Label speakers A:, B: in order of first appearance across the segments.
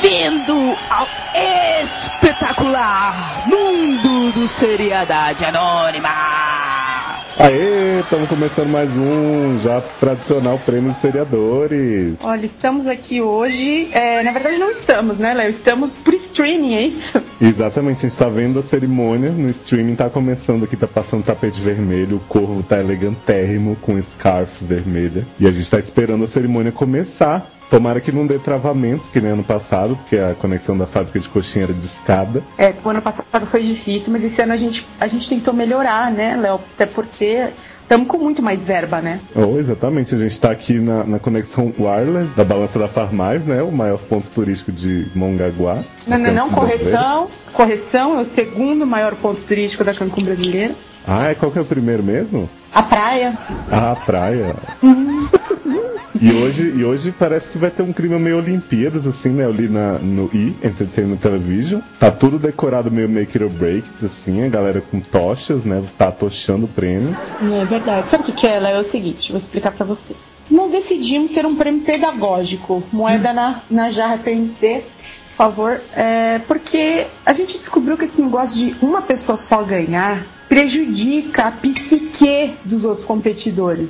A: bem-vindo ao espetacular mundo do Seriedade Anônima.
B: Aê, estamos começando mais um já tradicional prêmio de seriadores.
C: Olha, estamos aqui hoje. é, na verdade, não estamos, né, Léo? Estamos por streaming, é isso?
B: Exatamente, a gente está vendo a cerimônia no streaming, tá começando aqui, tá passando tapete vermelho, o corvo tá elegantérrimo com scarf vermelha. E a gente tá esperando a cerimônia começar. Tomara que não dê travamentos, que nem ano passado, porque a conexão da fábrica de coxinha era de escada.
C: É, o ano passado foi difícil, mas esse ano a gente, a gente tentou melhorar, né, Léo? Até porque estamos com muito mais verba, né?
B: Oh, exatamente, a gente está aqui na, na conexão wireless da Balança da Farmais, né? O maior ponto turístico de Mongaguá.
C: Não, não, não,
B: Campo Brasileiro.
C: correção. Correção é o segundo maior ponto turístico da Cancún brasileira.
B: Ah, é qual que é o primeiro mesmo?
C: A praia.
B: Ah, a praia. E hoje, e hoje parece que vai ter um clima meio Olimpíadas, assim, né? Eu li na, no E, Entertainment Television. Tá tudo decorado meio Make It or Break, assim, a galera com tochas, né? Tá tochando o prêmio.
C: É verdade. Sabe o que que é, Léo? É o seguinte, vou explicar pra vocês. Nós decidimos ser um prêmio pedagógico, moeda na, na jarra PNC, por favor, é, porque a gente descobriu que esse negócio de uma pessoa só ganhar prejudica a psique dos outros competidores.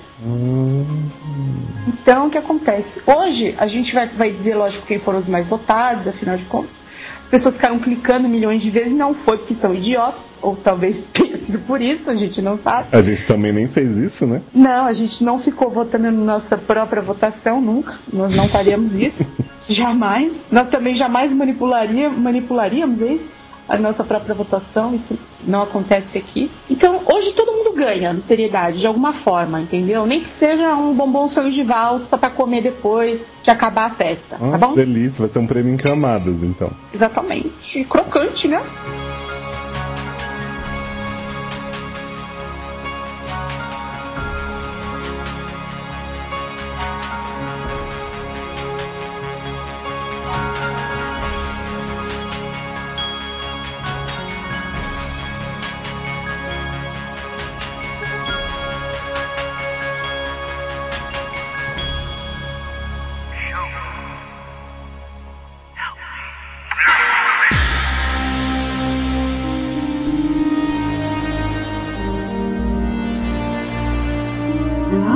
C: Então, o que acontece? Hoje, a gente vai, vai dizer, lógico, quem foram os mais votados, afinal de contas. As pessoas ficaram clicando milhões de vezes, não foi porque são idiotas, ou talvez tenha sido por isso, a gente não sabe.
B: A gente também nem fez isso, né?
C: Não, a gente não ficou votando na nossa própria votação, nunca. Nós não faríamos isso. jamais. Nós também jamais manipularia, manipularíamos hein, a nossa própria votação. Isso não acontece aqui. Então, hoje todo mundo ganha, no seriedade, de alguma forma, entendeu? Nem que seja um bombom sonho de valsa pra comer depois que acabar a festa,
B: Ah,
C: tá bom?
B: delícia, vai ter um prêmio em camadas, então.
C: Exatamente. Crocante, né?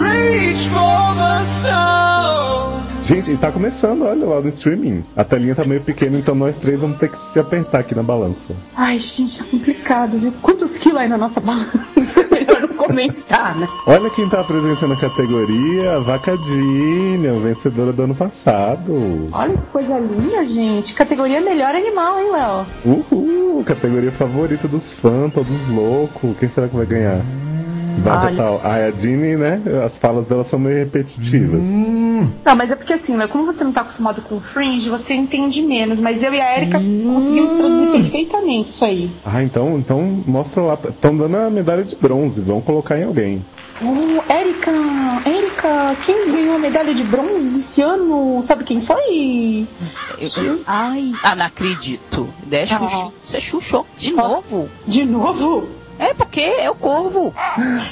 D: Reach for the stone.
B: Gente, e tá começando, olha lá no streaming. A telinha tá meio pequena, então nós três vamos ter que se apertar aqui na balança.
C: Ai, gente, tá complicado, viu? Quantos quilos aí na nossa balança? Melhor não comentar, né?
B: Olha quem tá apresentando a categoria, a Vacadinha, vencedora do ano passado.
C: Olha que coisa linda, gente. Categoria melhor animal, hein, Léo?
B: Uhul, categoria favorita dos fãs, todos loucos. Quem será que vai ganhar? Vai
C: Olha.
B: tal. Ah, a Dini, né? As falas dela são meio repetitivas.
C: Não, mas é porque assim, Léo, como você não tá acostumado com fringe, você entende menos. Mas eu e a Erika conseguimos traduzir perfeitamente isso aí.
B: Ah, então, então mostra lá. Estão dando a medalha de bronze, vão colocar em alguém.
C: Oh, Erika! Erika, quem ganhou a medalha de bronze esse ano? Sabe quem foi?
A: Eu- eu- ai, ah, não acredito. É chuchu, você chuchou de novo?
C: De novo?
A: É porque é o corvo.
C: Ah,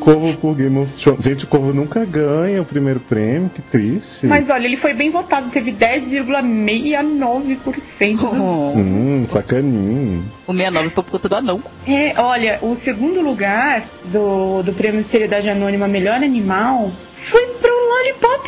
B: Corvo por Game of Thrones. Gente, o Corvo nunca ganha o primeiro prêmio, que triste.
C: Mas olha, ele foi bem votado, teve 10,69%.
A: Hum,
B: Hum, sacaninho.
A: o 69 foi por conta do anão.
C: É, olha, o segundo lugar do, do prêmio Seriedade Anônima Melhor Animal foi pro
B: Hum.
C: Lollipop!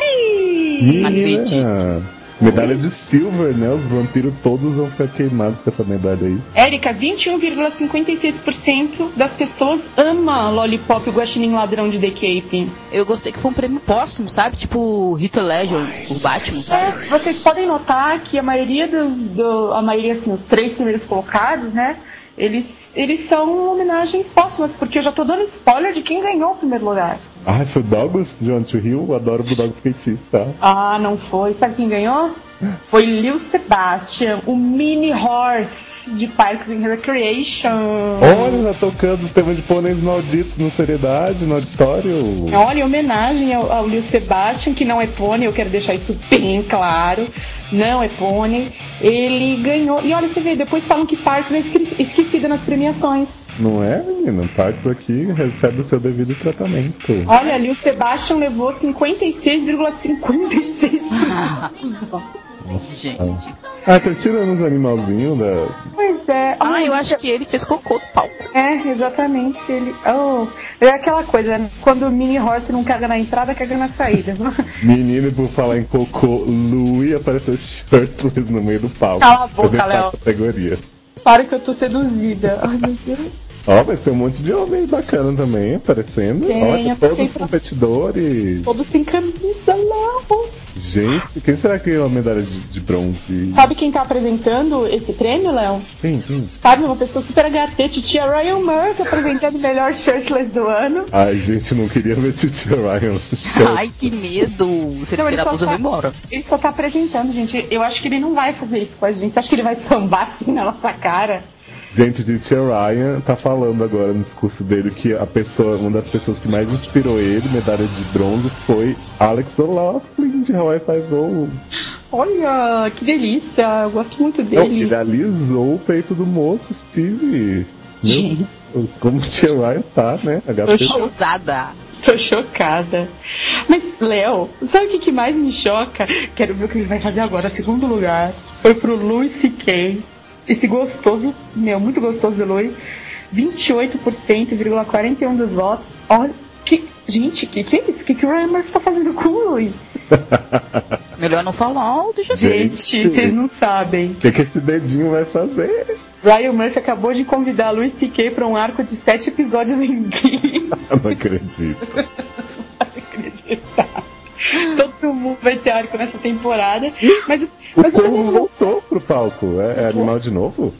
B: Menina, né? Medalha de silver, né? Os vampiros todos vão ficar queimados com essa medalha aí.
C: Érica, 21,56% das pessoas ama Lollipop, o guaxinim ladrão de The Cape.
A: Eu gostei que foi um prêmio póstumo, sabe? Tipo Rita Legend, o Batman, sabe?
C: É, vocês podem notar que a maioria dos, do, a maioria, assim, os três primeiros colocados, né, eles, eles são homenagens póstumas, porque eu já tô dando spoiler de quem ganhou o primeiro lugar.
B: Ai, foi o Douglas de One to Hill, adoro o Bulldogs Petista.
C: Ah, não foi. Sabe quem ganhou? Foi Lil Sebastian, o mini horse de Parks and Recreation.
B: Oh. Olha, tá tocando o tema de pôneis malditos no Seriedade, no auditório.
C: Olha, em homenagem ao, ao Lil Sebastian, que não é pônei, eu quero deixar isso bem claro. Não é pônei. Ele ganhou. E olha, você vê, depois falam que Parks é esque- esquecida nas premiações.
B: Não é, menina? Parks aqui recebe o seu devido tratamento.
C: Olha, Lil Sebastian levou 56,56%.
A: Gente.
B: Ah, tá tirando os animalzinhos da.
C: Pois é.
A: Ah, eu acho que ele fez cocô do palco.
C: É, exatamente. Ele. Oh, é aquela coisa, né? Quando o mini horse não caga na entrada, caga na saída.
B: Menino, e por falar em cocô, Louis apareceu shirtless no meio do palco.
C: Cala a boca,
B: Também faz
C: Léo.
B: categoria.
C: Para que eu tô seduzida. Ai, meu Deus.
B: Ó, vai ter um monte de homem bacana também aparecendo.
C: Tem,
B: Olha,
C: eu
B: todos
C: fiquei
B: os competidores.
C: Todos sem camisa lá.
B: Gente, quem será que é a medalha de, de bronze?
C: Sabe quem tá apresentando esse prêmio, Léo?
B: Sim, sim.
C: Sabe, uma pessoa super HT, tia Ryan Murphy apresentando o melhor shirtless do ano.
B: Ai, gente, não queria ver Titi Ryan.
A: Ai, que medo. Se ele
C: Não, ele
A: tirar a blusa, eu
C: só
A: vou
C: tá-
A: embora.
C: Ele só tá apresentando, gente. Eu acho que ele não vai fazer isso com a gente. Você acha que ele vai sambar assim na nossa cara?
B: Gente, Titi Ryan tá falando agora no discurso dele que a pessoa, uma das pessoas que mais inspirou ele, medalha de bronze, foi Alex O'Loughlin de Hawaii Um. Five-O.
C: Olha, que delícia. Eu gosto muito
B: Não,
C: dele.
B: Ele alisou o peito do moço, Steve. Meu
C: Gente,
B: Deus, como o Tia Ryan tá, né?
C: Eu
B: HP.
C: cho-
A: Ousada.
C: tô chocada. Mas, Léo, sabe o que, que mais me choca? Quero ver o que ele vai fazer agora. Segundo lugar, foi pro Louis C.K. Esse gostoso, meu, muito gostoso Louis. 28,41% dos votos. Olha, que, gente, que que é isso? O que, que o Ryan Murphy tá fazendo com o Louis?
A: Melhor não falar oh, alto, já sei.
C: Gente, vocês não sabem.
B: O que, que esse dedinho vai fazer?
C: Ryan Murphy acabou de convidar a Louis C.K. pra um arco de sete episódios em Glee.
B: Eu não acredito.
C: Pode acreditar. Todo mundo vai ter arco nessa temporada. Mas,
B: O
C: mas
B: corvo voltou pro palco. É, é animal de novo?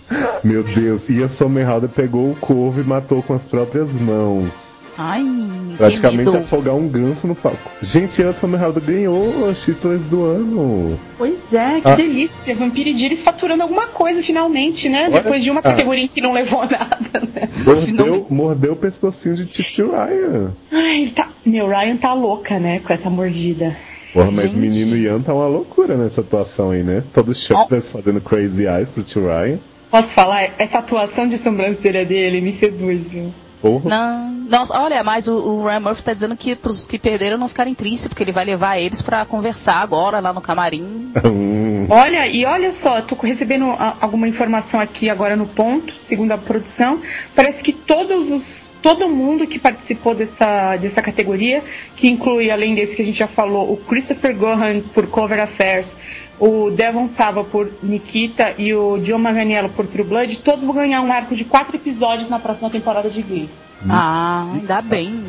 B: Meu Deus. E a Somerhalder pegou o corvo e matou com as próprias mãos.
A: Ai, que
B: Praticamente
A: medo.
B: afogar um ganso no palco. Gente, a Somerhalder ganhou a Chitlas do ano.
C: pois é, que
B: Ah.
C: delícia. Vampiridiris faturando alguma coisa finalmente, né?
B: Olha-
C: Depois de uma
B: Ah.
C: categoria em que não levou nada, né?
B: Mordeu, mordeu o pescocinho de Titi Ryan.
C: Ai, ele tá... meu, Ryan tá louca, né? Com essa mordida.
B: Porra, mas
A: Gente.
B: o menino Ian tá uma loucura nessa atuação aí, né? Todo Chuckles fazendo crazy eyes pro Tio Ryan.
C: Posso falar? Essa atuação de sobrancelha dele me seduz, viu?
B: Porra.
A: Não, nossa, olha, mas o, o Ryan Murphy tá dizendo que pros que perderam não ficarem tristes, porque ele vai levar eles pra conversar agora lá no camarim.
B: Hum.
C: Olha, e olha só, tô recebendo a- alguma informação aqui agora no ponto, segundo a produção. Parece que todos os. Todo mundo que participou dessa, dessa categoria, que inclui, além desse que a gente já falou, o Christopher Gohan por Cover Affairs, o Devon Sava por Nikita e o John Manganiello por True Blood, todos vão ganhar um arco de quatro episódios na próxima temporada de Glee.
A: Ah, ainda bem.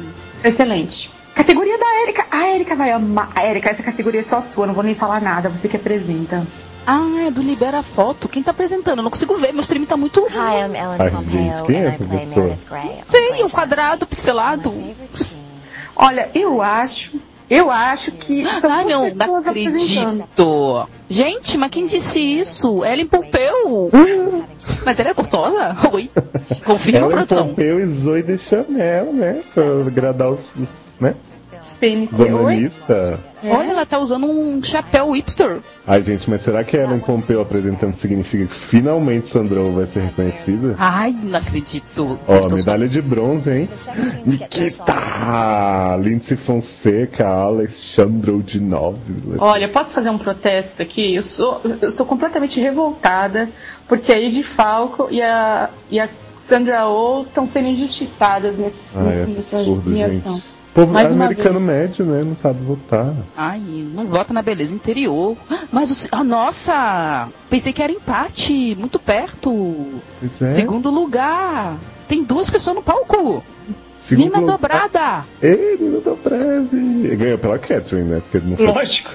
C: Excelente. Categoria da Erika. A Erika vai amar. A Erika, essa categoria é só sua, não vou nem falar nada, você que apresenta.
A: Ah, é do Libera Foto. Quem tá apresentando? Eu não consigo ver, meu stream tá muito
C: Ah,
E: Hi,
C: é,
E: I'm Ellen
B: Ai, gente,
E: Pompeo,
B: quem é
E: and I
B: essa
E: play
B: pessoa?
E: Meredith Grey. on
A: feio,
E: Grey's
A: quadrado, pixelado.
E: Anatomy. My favorite scene.
C: Olha, eu acho, eu acho que são
A: Ah, não,
C: duas
A: não
C: pessoas apresentando.
A: acredito. Gente, mas quem disse isso? Ellen Pompeu. Mas ela é gostosa? Oi. Confirma a
B: Ela
A: produção.
B: Pompeu e Zoe de Chanel, né? Pra agradar os, os, né?
C: Os PNC,
B: os
C: oi?
B: bananistas.
A: Olha, ela tá usando um chapéu hipster.
B: Ai, gente, mas será que Ellen Pompeu apresentando significa que finalmente Sandrão vai ser reconhecida?
A: Ai, não acredito.
B: Ó,
A: Certos-
B: medalha de bronze, hein?
E: The sex scenes get worse all
B: Nikita!
E: the
B: Lindsay Fonseca, Alexandro de Nove.
C: Olha, posso fazer um protesto aqui? Eu sou, eu sou completamente revoltada porque a Ed Falco e a, e a Sandra Oh estão sendo injustiçadas nesse,
B: Ah, é
C: nesse- nessa
B: absurdo,
C: nomeação.
B: gente. Povo
C: Mais uma
B: americano médio, né? Não sabe votar.
A: Ai, não vota na beleza interior. Mas o. se- Ah, nossa! Pensei que era empate, muito perto.
B: Pois é.
A: Segundo lugar. Tem duas pessoas no palco.
B: Segundo
A: Nina
B: lugar-
A: Dobrada.
B: Ei, Nina Dobreve! Ganhou pela Catherine, né? Porque não foi...
C: Lógico.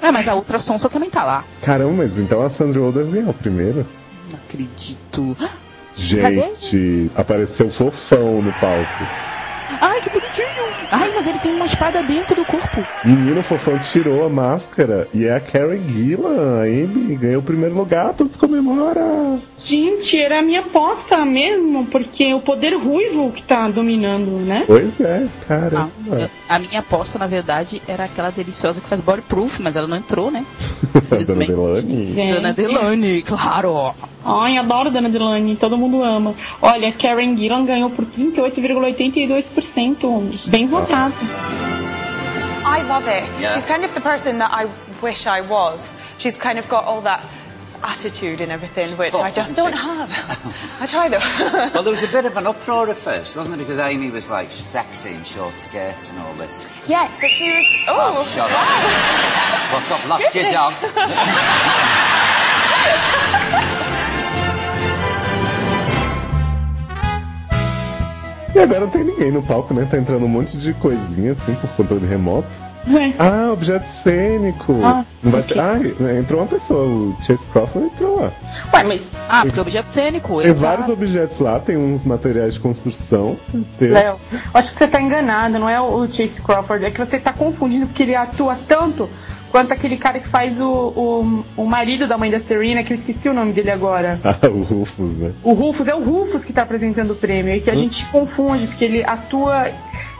A: É, mas a outra sonsa também tá lá.
B: Caramba, mas então a Sandra Oh deve ganhar o primeiro.
A: Não acredito.
B: Gente, apareceu fofão no palco.
A: Ai, que bonitinho! Ai, mas ele tem uma espada dentro do corpo.
B: Menino fofão tirou a máscara e é a Carrie Gillan. Ele ganhou o primeiro lugar, todos comemoram.
C: Gente, era a minha aposta mesmo, porque o poder ruivo que tá dominando, né?
B: Pois é,
A: Ah,
B: caramba.
A: eu- a minha aposta, na verdade, era aquela deliciosa que faz bodyproof, mas ela não entrou, né?
B: A Dona
A: infelizmente.
B: Delane.
C: Gente.
A: Dona Delane, claro!
C: Ai, adoro Dana Delane, todo mundo ama. Olha, Karen Gillan ganhou por 38,82%. Bem votado.
F: I love it. She's kind of the person that I wish I was. she's kind of got all that attitude and everything, which I just don't have. I try though.
G: Well, there was a bit of an uproar at first, wasn't it? Because Amy was like sexy in short skirts and all this.
F: yes, but she was.
G: Oh,
F: Oh,
G: shut up. What's up, lost your
F: Goodness.
G: dog?
B: E agora não tem ninguém no palco, né? Tá entrando um monte de coisinha, assim, por controle remoto. Ah, objeto cênico.
C: É. Ah,
B: Não vai
C: ok.
B: ter- Ah, entrou uma pessoa, o Chase Crawford entrou lá.
C: Ué, mas
A: Ah, porque é objeto cênico.
B: Tem
A: ele tá-
B: vários objetos lá, tem uns materiais de construção. Tem...
C: Léo, acho que você tá enganado, não é o Chase Crawford, é que você tá confundindo porque ele atua tanto quanto aquele cara que faz o, o, o marido da mãe da Serena, que eu esqueci o nome dele agora.
B: Ah, o Rufus, né?
C: O Rufus, é o Rufus que tá apresentando o prêmio, e que a gente confunde, porque ele atua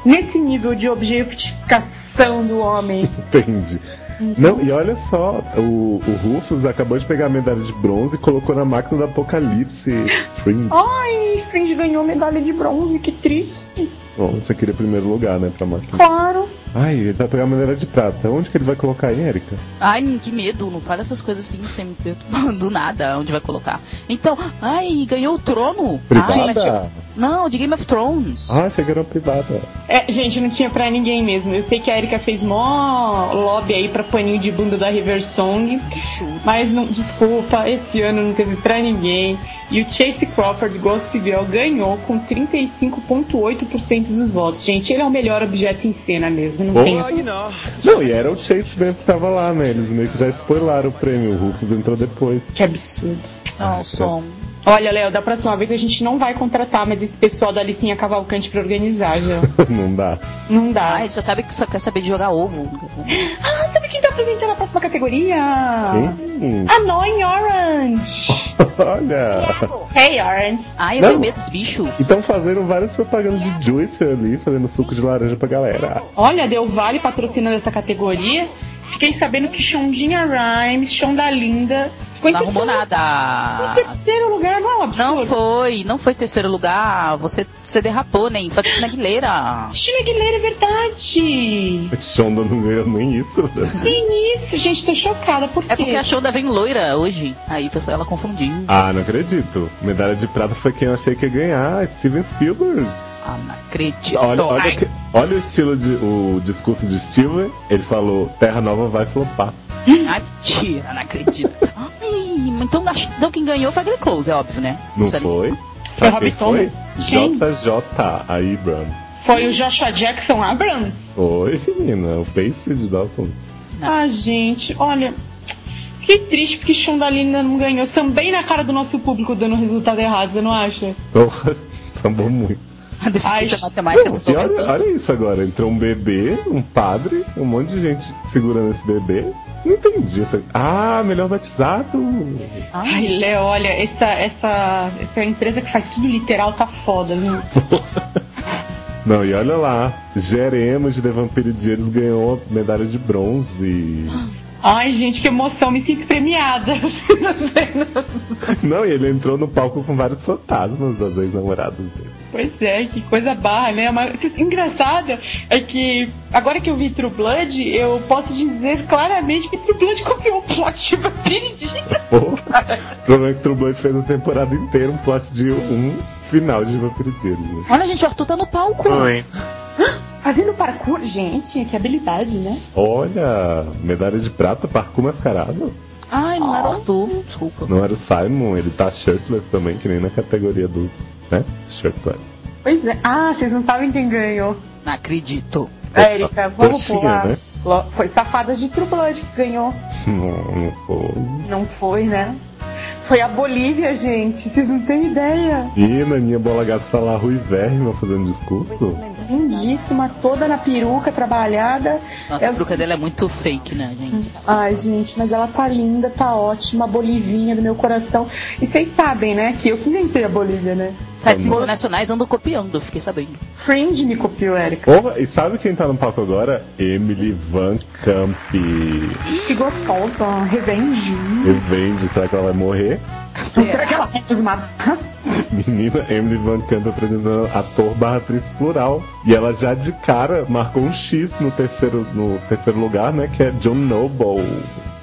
C: nesse nível de objetificação do homem.
B: Entendi. Não, e olha só, o, o Rufus acabou de pegar a medalha de bronze e colocou na máquina do apocalipse. Fringe.
C: Oh. Ai, Fringe ganhou medalha de bronze, que triste.
B: Bom, você queria primeiro lugar, né, pra máquina.
C: Claro.
B: Ai, ele vai pegar a medalha de prata. Onde que ele vai colocar, hein, Erika?
A: Ai, que medo, não fala essas coisas assim sem me perturbar do nada, onde vai colocar. Então, ai, ganhou o trono. Ai, mas
B: Privada?
A: che- Não, de Game of Thrones.
B: Ah, achei que era uma privada.
C: É, gente, não tinha pra ninguém mesmo. Eu sei que a Erika fez mó lobby aí pra paninho de bunda da River Song. Mas não, desculpa, esse ano não teve pra ninguém. E o Chase Crawford Gossip Girl ganhou com 35,8% dos votos. Gente, ele é o melhor objeto em cena mesmo. Não
B: Boa.
C: tem.
D: Well, you know,
B: Não, e era o Chase mesmo que tava lá, né? Eles meio que já spoilaram o prêmio. O Rufus entrou depois.
C: Que absurdo.
A: Não, som.
C: Olha, Léo, da próxima vez a gente não vai contratar mais esse pessoal da Alicinha Cavalcante pra organizar já.
B: Não dá.
C: Não dá.
A: Ai, só sabe que só quer saber de jogar ovo.
C: Ah, sabe quem tá apresentando a próxima categoria? Ah.
B: Hum,
C: Annoying Orange.
B: olha!
C: Hey, Orange.
A: Ai, eu
B: Não.
A: tenho medo desse bicho.
B: Então fazendo várias propagandas de Juice ali, fazendo suco de laranja pra galera.
C: Olha, Deu Vale patrocinando essa categoria. Fiquei sabendo que Shondinha Rhymes, Shonda Linda. Ficou em
A: Não arrumou
C: terceiro-
A: nada.
C: Em terceiro lugar, não é um absurdo.
A: Não foi, não foi terceiro lugar. Você, você derrapou, né? Foi Cristina Aguilera.
C: Cristina Aguilera, é verdade.
B: Shonda não ganhou nem isso, né?
C: Que isso, gente, tô chocada. Por quê?
A: É porque a Shonda vem loira hoje. Aí pessoal, ela confundiu.
B: Ah, não acredito. Medalha de prata foi quem eu achei que ia ganhar, Steven Spielberg.
A: Ah, não acredito.
B: Olha,
A: Ai.
B: olha, que- olha o estilo de o discurso de Steven. Ele falou, Terra Nova vai flopar.
A: Ai, mentira, não acredito. Ai, então, acho- então quem ganhou foi a Glenn Close, é óbvio, né?
B: Não
A: precisa nem-
B: foi?
C: Foi
B: Sabe
C: Robbie
B: quem foi?
C: É Thomas. Quem?
B: JJ Abrams.
C: Foi o Joshua Jackson Abrams?
B: Oi, menina, o Pace de Dawson.
C: Ah, gente, olha. Fiquei triste porque Shonda Linda não ganhou. Também na cara do nosso público dando resultado errado, você não acha?
B: Tambou muito.
A: A deficiência
C: Ai,
A: matemática
B: Não,
A: do
B: e olha,
A: Sobetan.
B: olha isso agora. Entrou um bebê, um padre, um monte de gente segurando esse bebê. Não entendi. Essa... Ah, melhor batizado.
C: Ai, Léo, olha, essa, essa, essa empresa que faz tudo literal tá foda, viu?
B: Não, e olha lá. Geremos de The Vampiro Diaries ganhou a medalha de bronze.
C: Ai, gente, que emoção, me sinto premiada.
B: Não, e ele entrou no palco com vários fantasmas das ex-namoradas dele.
C: pois é, que coisa barra, né? Mas o engraçado é que agora que eu vi True Blood, eu posso dizer claramente que True Blood copiou o plot de Vampiro Diaries.
B: Pô, O problema é que o True Blood fez a temporada inteira um plot de um final de Vampiro Diaries. né?
A: Olha, gente, o Arthur tá no palco.
C: Fazendo parkour, gente, que habilidade, né?
B: Olha, medalha de prata, parkour mascarado. Ah.
A: Ai, não era o Arthur. Desculpa.
B: Não era o Simon, ele tá shirtless também, que nem na categoria dos, né? Shirtless.
C: Pois é. Ah, vocês não sabem quem ganhou.
A: Não acredito.
C: Érica, É, vamos
B: Coxinha,
C: pular.
B: né?
C: Lo- Foi Safadas de True Blood que ganhou.
B: Não, não foi.
C: Não foi, né? Foi a Bolívia, gente. Vocês não têm ideia.
B: E Naninha Bola Gato tá lá, Rui Verma fazendo discurso.
C: Lindíssima, toda na peruca, trabalhada.
A: Nossa,
C: É Hum.
A: a peruca dela é muito fake, né, gente?
C: Ai, gente, mas ela tá linda, tá ótima. a Bolivinha do meu coração. E vocês sabem, né, que eu que inventei a Bolívia, né?
A: Sites
B: Não.
A: internacionais andam copiando, fiquei sabendo.
C: Fringe me copiou, Erika.
B: Porra, e sabe quem tá no palco agora? Emily Van Camp. E
C: Que gostosa, revenge.
B: vende, será que ela vai morrer?
C: Será que ela
A: é.
C: vai nos matar?
B: Menina, Emily Van Camp apresentando ator barra atriz plural. E ela já de cara marcou um X no terceiro, no terceiro lugar, né? Que é John Noble.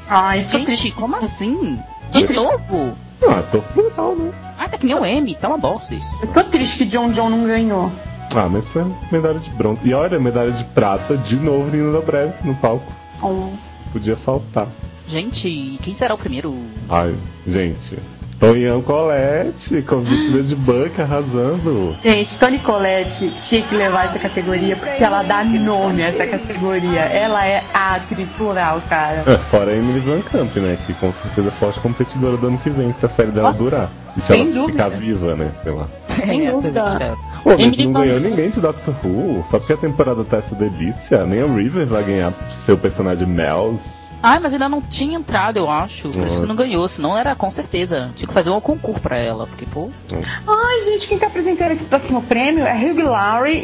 C: Ai, tô triste. Hum.
A: Gente, como assim? De
B: Triste.
A: novo?
B: Ah, tô brutal, né?
A: Ah, tá que nem o M, tá uma bosta isso.
C: Eu tô triste que John John não ganhou.
B: Ah, mas foi medalha de bronze. E olha, medalha de prata, de novo Nina Dobrev no palco.
C: Oh.
B: Podia faltar.
A: Gente, quem será o primeiro?
B: Ai, gente. Tonhão Colette, com vestida de banca, arrasando.
C: Gente, Toni Collette tinha que levar essa categoria porque ela dá nome a essa categoria. Ela é a atriz plural, cara.
B: É, fora a Emily Van Camp, né? Que com certeza é forte competidora do ano que vem, se a série dela durar. E se
C: sem
B: ela ficar
C: dúvida.
B: viva, né? Sei lá.
C: Sem
A: É,
C: dúvida.
A: também, é.
B: Pô, mas
C: Emily
B: não
C: Van-
B: ganhou ninguém de Doctor Who. Só porque a temporada tá essa delícia. Nem a River vai ganhar seu personagem Mel's.
A: Ai, mas ainda não tinha entrado, eu acho. Por isso que não ganhou, senão era com certeza. Tinha que fazer um concurso pra ela, porque, pô.
C: Ai, gente, quem tá apresentando esse próximo prêmio é Hugh Laurie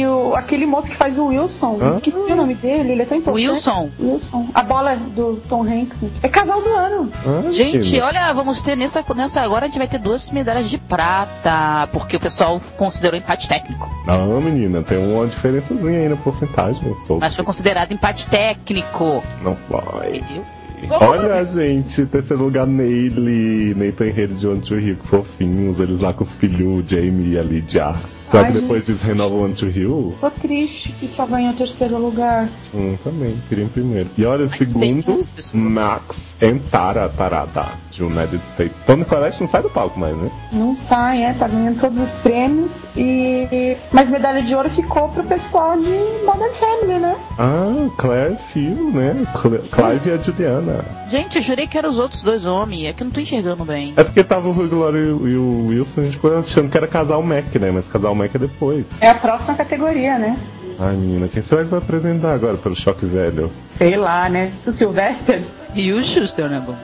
C: e o- aquele moço que faz o Wilson.
B: Hã?
C: Esqueci o nome dele, ele é tão importante.
A: Wilson.
C: Wilson. A bola é do Tom Hanks. É casal do ano.
B: Ah,
A: Gente,
B: menina.
A: olha, vamos ter nessa, nessa. Agora a gente vai ter duas medalhas de prata, porque o pessoal considerou empate técnico.
B: Não, menina, tem uma diferençazinha aí na porcentagem. Eu sou.
A: Mas foi considerado empate técnico,
B: Não vai.
A: entendeu?
B: Olha, gente, terceiro lugar Neile, Nathan Henry de One Tree Hill, que fofinhos, eles lá com os filhos, o Jamie e a Lydia. Será
C: Ai,
B: que depois disso renova o One Tree Hill?
C: Tô triste que só ganhou terceiro lugar.
B: Hum, também, queria em primeiro. E olha, o segundo,
A: sei, isso,
B: Max Entara Tarada, de United States. Tony Collette não sai do palco mais, né?
C: Não sai, é, tá ganhando todos os prêmios e. Mas medalha de ouro ficou pro pessoal de Modern Family, né?
B: Ah, Claire Phil, né? Cl- Clive e a Juliana.
A: Gente, eu jurei que eram os outros dois homens, é que eu não tô enxergando bem.
B: É porque tava o Rui Glória e o- e o Wilson, a gente ficou achando que era casal Mac, né? Mas casal Mac é depois.
C: É a próxima categoria, né?
B: Ai, menina, quem será que vai apresentar agora pelo choque velho?
C: Sei lá, né? Se o Sylvester.
A: E o Schuster, né, bom?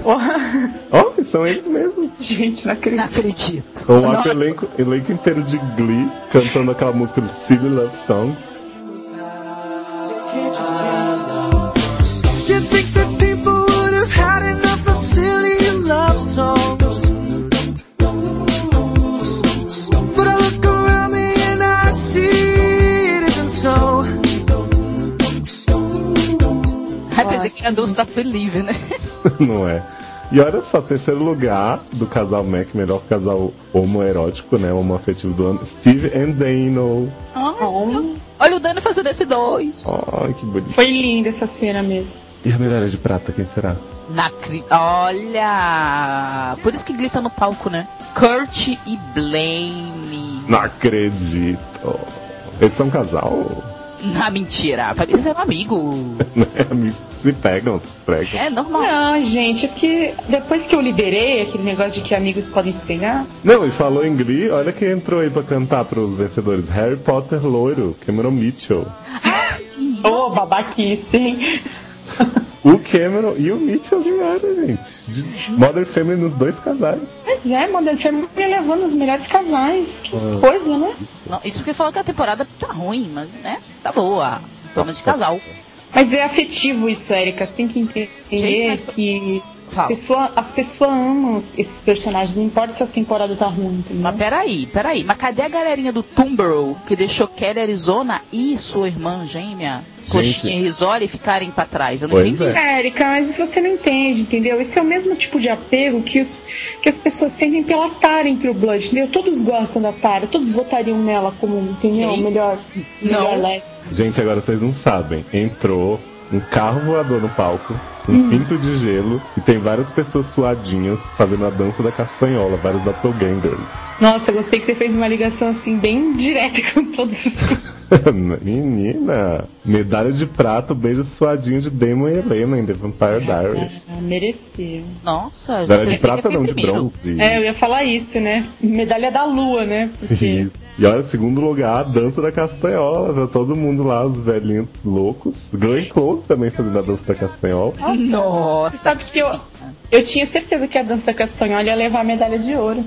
C: Porra,
B: Ó, são eles mesmos.
C: gente, não
A: Não
C: acredito.
A: acredito.
B: Ou
A: Nossa.
B: o elenco, elenco inteiro de Glee cantando aquela música do Silly Love Song.
D: You think that people would have had enough of silly love songs? But I look around me and I see it isn't so.
A: Ai, pensei que era doce da Felive, né?
B: Não é? E olha só, terceiro lugar do casal Mac, melhor casal homoerótico, né? Homoafetivo do ano, Steve and Dano.
A: Ai, olha o Dani fazendo esse dois.
B: Ai, que bonito.
C: Foi linda essa cena mesmo.
B: E a medalha de prata, quem será?
A: Na cri... Olha! Por isso que grita no palco, né? Kurt e Blaine.
B: Não acredito. Eles são um casal?
A: Ah, mentira. um Vai que eles eram amigos.
B: Né? Se pegam, se pegam.
A: É normal.
C: Não, gente, é que depois que eu liberei aquele negócio de que amigos podem se pegar,
B: Não, e falou em Glee, olha quem entrou aí pra cantar pros vencedores. Harry Potter loiro, Cameron Mitchell.
C: ô babaquice, hein?
B: O Cameron e o Mitchell ganharam, gente. De Modern Family nos dois casais.
C: Mas é, Modern Family levando os melhores casais. Que coisa, né?
A: Não, Isso porque falou que a temporada tá ruim, mas, né? Tá boa. Vamos de casal.
C: Mas é afetivo isso, Erika. Você tem que entender
A: Gente, mas-
C: que
A: Fala.
C: pessoa- as pessoas amam os- esses personagens. Não importa se a temporada tá ruim, entendeu?
A: Mas peraí, peraí. Mas cadê a galerinha do Tumborough que deixou Kelly Arizona e sua irmã gêmea, Coxinha e Risoli, ficarem pra trás? Eu não
B: Pois
A: entendi.
B: é.
C: Érica, mas isso você não entende, entendeu? Esse é o mesmo tipo de apego que, os- que as pessoas sentem pela Tara entre o Blood, entendeu? Todos gostam da Tara, todos votariam nela como, um, entendeu?
A: Quem?
C: Melhor,
A: Não.
C: melhor leve.
B: Gente, agora vocês não sabem. Entrou um carro voador no palco, um
A: Hum.
B: pinto de gelo, e tem várias pessoas suadinhas fazendo a dança da castanhola, vários doppelgangers.
C: Nossa, gostei que você fez uma ligação assim, bem direta com todos os.
B: Menina, medalha de prata, o beijo suadinho de Damon e Helena em The Vampire Diaries.
C: Ah, mereceu.
A: Nossa, já
B: Medalha de
A: pensei que
B: prata
A: ia
B: não,
A: vir
B: de
A: primeiro.
B: bronze.
C: É, eu ia falar isso, né? Medalha da lua, né? Porque
B: Isso. E olha, segundo lugar, a dança da castanhola. Tá todo mundo lá, os velhinhos loucos. Glenn Close também fazendo a dança da castanhola.
A: Nossa,
C: Você sabe que eu Eu tinha certeza que a dança castanhola ia levar a medalha de ouro.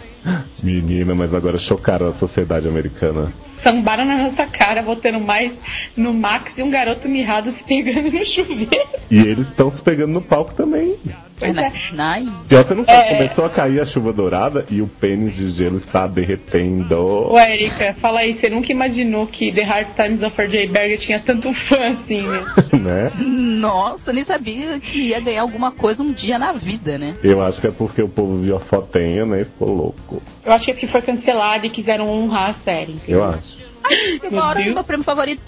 B: Menina, mas agora chocaram a sociedade americana.
C: Sambaram na nossa cara, votando mais no Max e um garoto mirrado se pegando no chuveiro.
B: E eles estão se pegando no palco também.
C: Pois
A: Na,
C: é.
A: na-
B: Pior que eu não sei,
C: É.
B: começou a cair a chuva dourada e o pênis de gelo está derretendo.
C: Ô, Erika, fala aí, você nunca imaginou que The Hard Times of R.J. Berger tinha tanto fã assim, né?
B: né?
A: Nossa, nem sabia que ia ganhar alguma coisa um dia na vida, né?
B: Eu acho que é porque o povo viu a fotinha, né? E ficou louco.
C: Eu acho que é porque foi cancelado e quiseram honrar a série. entendeu?
B: Eu acho.
A: Bora,
C: Deus.
A: meu prêmio favorito!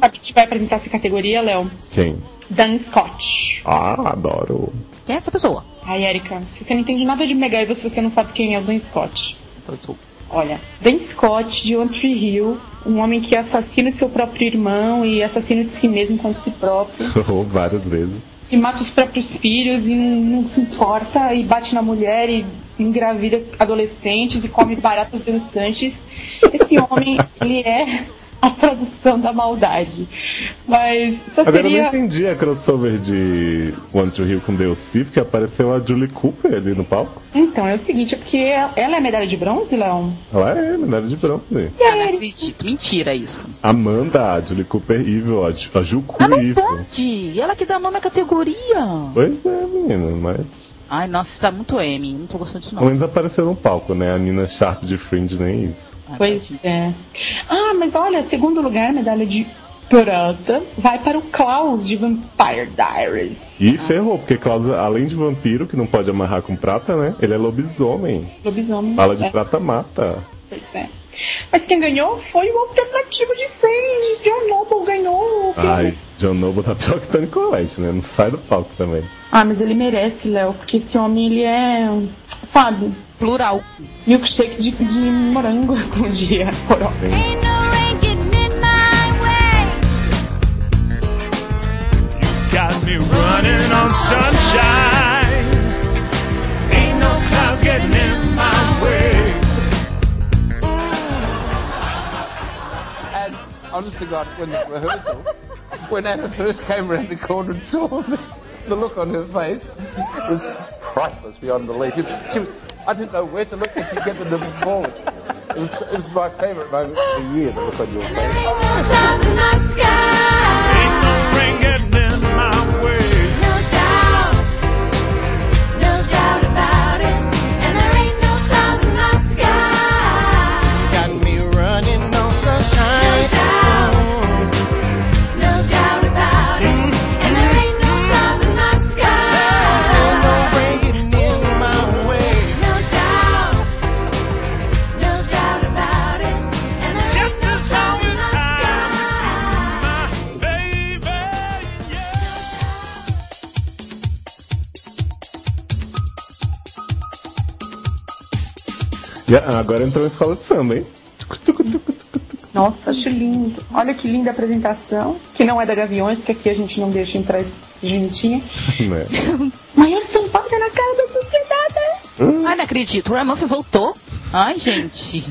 C: Sabe que vai apresentar essa categoria, Léo?
B: Quem?
C: Dan Scott.
B: Ah, adoro.
A: Quem é essa pessoa?
C: Ai, Erika, se você não entende nada de Mega Evil, se você não sabe quem é o Dan Scott.
A: Então, desculpa.
C: Olha, Dan Scott de One Tree Hill, um homem que assassina o seu próprio irmão e assassina de si mesmo contra si próprio,
B: Ou várias vezes.
C: que mata os próprios filhos e não, não se importa, e bate na mulher e engravida adolescentes e come baratas dançantes. Esse homem, ele é a produção da maldade. Mas só
B: Agora eu não
C: seria.
B: entendi a crossover de One Tree Hill com DLC, porque apareceu a Julie Cooper ali no palco.
C: Então, é o seguinte, é porque ela é medalha de bronze, Léo?
B: Ela é medalha de bronze.
A: Ah, não acredito. Mentira isso.
B: Amanda, a Julie Cooper é Evil, a, Ju- a Juku
A: Ah, não
B: Evil.
A: pode! Ela que dá nome à categoria.
B: Pois é, menina, mas
A: Ai, nossa, isso tá muito M. Não tô gostando disso,
B: ao
A: não.
B: menos apareceu no palco, né? A Nina Sharp de Fringe nem isso.
A: Ah, tadinho.
C: Pois é. Ah, mas olha, segundo lugar, medalha de prata vai para o Klaus de Vampire Diaries.
B: E ferrou, porque Klaus, além de vampiro, que não pode amarrar com prata, né? Ele é lobisomem.
C: Lobisomem.
B: Bala de
C: É,
B: prata mata.
C: pois é. Mas quem ganhou foi o alternativo de Fringe. John Noble ganhou. o
B: Ai,
C: prêmio.
B: John Noble tá pior que Tony Collette, né? Não sai do palco também.
C: Ah, mas ele merece, Léo, porque esse homem, ele é, sabe,
A: Plural.
C: milkshake de, de morango com dia. Coroa.
E: Ain't no rain getting in my way.
H: Got me running on sunshine. Ain't no clouds getting in my way.
I: And honest to God, when the rehearsal, when Anna first came around the corner and saw me, the look on her face was priceless beyond belief. She was, I didn't know where to look if you get the little forward. It was, it was my favourite moment of the year, the look on your face.
E: There ain't no clouds in my sky.
H: Ain't no rain getting in my way.
E: No doubt, no doubt about it. And there ain't no clouds in my sky.
D: Got me running on sunshine.
E: No doubt about it. And there ain't no clouds in my sky.
D: Breaking in my way.
E: No doubt, no doubt about it. And there
H: Just
E: ain't no
H: as long
E: clouds in
H: as
E: my
H: I'm
E: sky.
H: My baby, yeah.
B: E ah, agora entrou na escola de samba, hein?
C: Nossa, acho lindo. Olha que linda apresentação. Que não é da Gaviões, porque aqui a gente não deixa entrar esse genitinho.
B: né?
C: Maior sampada na cara da sociedade.
A: Ai, não acredito. O Ryan Murphy voltou. Ai, gente.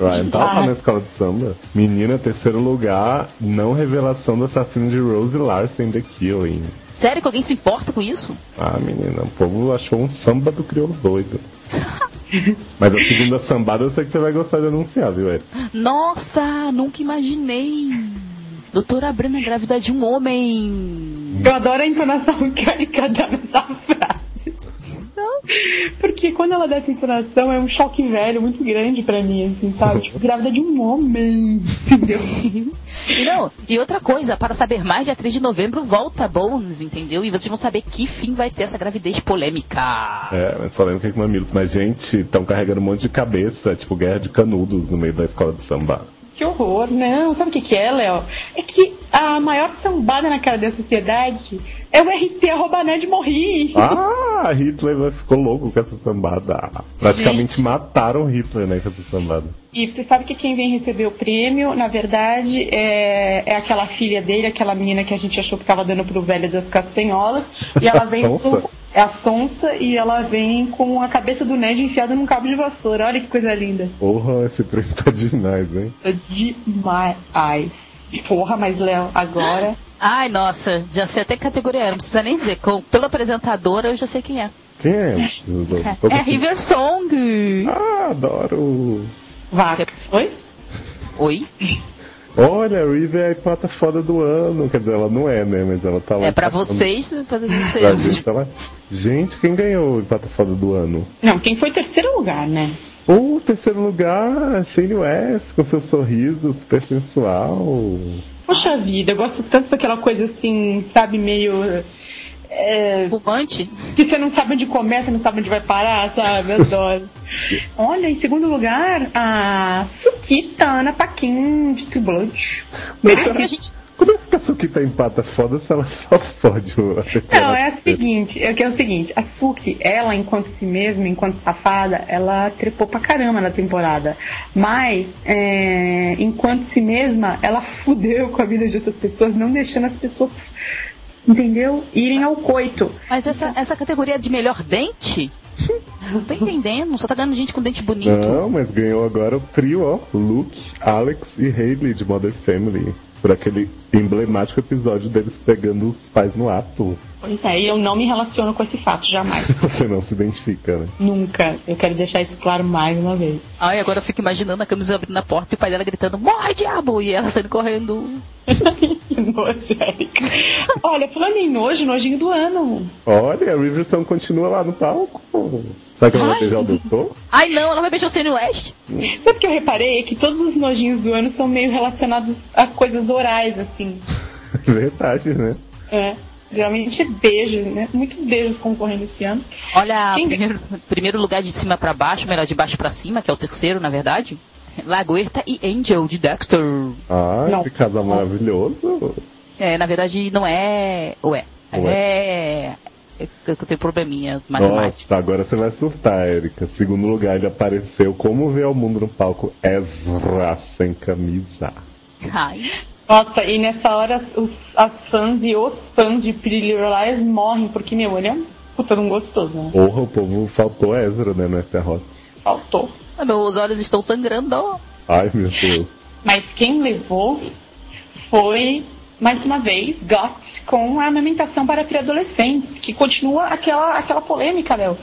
A: ah.
B: Ryan tava lá na escola de samba. Menina, terceiro lugar, não revelação do assassino de Rose Larsen The Killing.
A: Sério que alguém se importa com isso?
B: Ah, menina, o povo achou um samba do crioulo doido. Mas a segunda sambada eu sei que você vai gostar de anunciar, viu, Eric?
A: Nossa, nunca imaginei. Doutora Brena grávida de um homem.
C: Eu adoro a entonação que a Erika dá nessa frase. Porque quando ela dá essa entonação é um choque velho muito grande pra mim, assim, sabe? Tipo, grávida de um homem. Entendeu?
A: E não, e outra coisa, para saber mais, dia 3 de novembro volta Bones, entendeu? E vocês vão saber que fim vai ter essa gravidez polêmica.
B: É, mas só lembro que é com mamilos. Mas, gente, estão carregando um monte de cabeça, tipo guerra de canudos no meio da escola de samba.
C: Que horror, não. Sabe o que, que é, Léo? É que a maior sambada na cara da sociedade é o RT arroba Ned morri.
B: Ah, Hitler ficou louco com essa sambada. Praticamente mataram Hitler, né, com essa sambada.
C: E você sabe que quem vem receber o prêmio, na verdade, é, é aquela filha dele, aquela menina que a gente achou que tava dando pro velho das castanholas. E ela vem
B: Sonsa.
C: com. É a sonsa e ela vem com a cabeça do Ned enfiada num cabo de vassoura. Olha que coisa linda.
B: Porra, esse prêmio tá demais, hein?
C: Tá Demais. Porra, mas Léo, agora.
A: Ai, nossa, já sei até que categoria era, não precisa nem dizer. Com, pela apresentadora eu já sei quem é.
B: Quem é? Eu-
A: É River Song.
B: Ah, adoro!
C: Vaca. Oi?
A: Oi?
B: Olha, a Reeve é a pata foda do ano. Quer dizer, ela não é, né? Mas ela tá lá.
A: É pra
B: passando-
A: vocês, pra
B: pra gente,
A: vocês.
B: tá lá. Gente, quem ganhou o pata foda do ano?
C: Não, quem foi terceiro lugar, né?
B: O terceiro lugar, Shane West, com seu sorriso super sensual.
C: Poxa vida, eu gosto tanto daquela coisa assim, sabe, meio. é,
A: Fumante?
C: que você não sabe onde começa, não sabe onde vai parar, sabe? Adoro. Olha, em segundo lugar, a Sukita Ana Paquin de True Blood.
B: Mas
A: Ah,
B: ela-
A: se a gente-
B: Como é que a Suquita empata foda se ela só fode o
C: Não, é a seguinte, é que é o seguinte, a Suki, ela enquanto si mesma, enquanto safada, ela trepou pra caramba na temporada. Mas, é, enquanto si mesma, ela fudeu com a vida de outras pessoas, não deixando as pessoas, entendeu? Irem ao coito.
A: Mas essa, essa categoria é de melhor dente? Não tô entendendo. Só tá ganhando gente com dente bonito.
B: Não, mas ganhou agora o trio, ó. Luke, Alex e Hayley de Mother Family. Por aquele emblemático episódio deles pegando os pais no ato.
C: Pois é, e eu não me relaciono com esse fato, jamais.
B: Você não se identifica, né?
C: Nunca. Eu quero deixar isso claro mais uma vez.
A: Ai, agora eu fico imaginando a camisa abrindo a porta e o pai dela gritando, morre diabo! E ela saindo correndo.
C: Que nojo, Érica. Olha, falando em nojo, nojinho do ano.
B: Olha, a Riverson continua lá no palco. Será que ela vai beijar o doutor?
A: Ai não, ela vai beijar o Sênio West.
C: Sabe o que eu reparei? É que todos os nojinhos do ano são meio relacionados a coisas orais, assim.
B: Verdade, né?
C: É. Geralmente é beijo, né? Muitos beijos concorrendo esse ano.
A: Olha,
C: Quem-
A: primeiro, primeiro lugar de cima pra baixo, melhor de baixo pra cima, que é o terceiro, na verdade. Lagoerta e Angel de Dexter.
B: Ai,
C: Não.
B: que casal maravilhoso.
A: É, na verdade não é. Ou é?
B: Ou
A: É. Eu, eu tenho probleminha matemático.
B: Nossa, agora você vai surtar, Erika. Segundo lugar, ele apareceu como ver o mundo no palco Ezra sem camisa.
A: Ai.
C: Nossa, e nessa hora os, as fãs e os fãs de Pretty Little Lies morrem, porque, meu, ele é um puta de um gostoso, né?
B: Porra, o povo faltou Ezra, né, nessa rota.
C: Faltou.
A: Ah, Meus olhos estão sangrando. ó.
B: Ai, meu Deus.
C: Mas quem levou foi, mais uma vez, Got com a amamentação para pré-adolescentes, que continua aquela, aquela polêmica, Léo.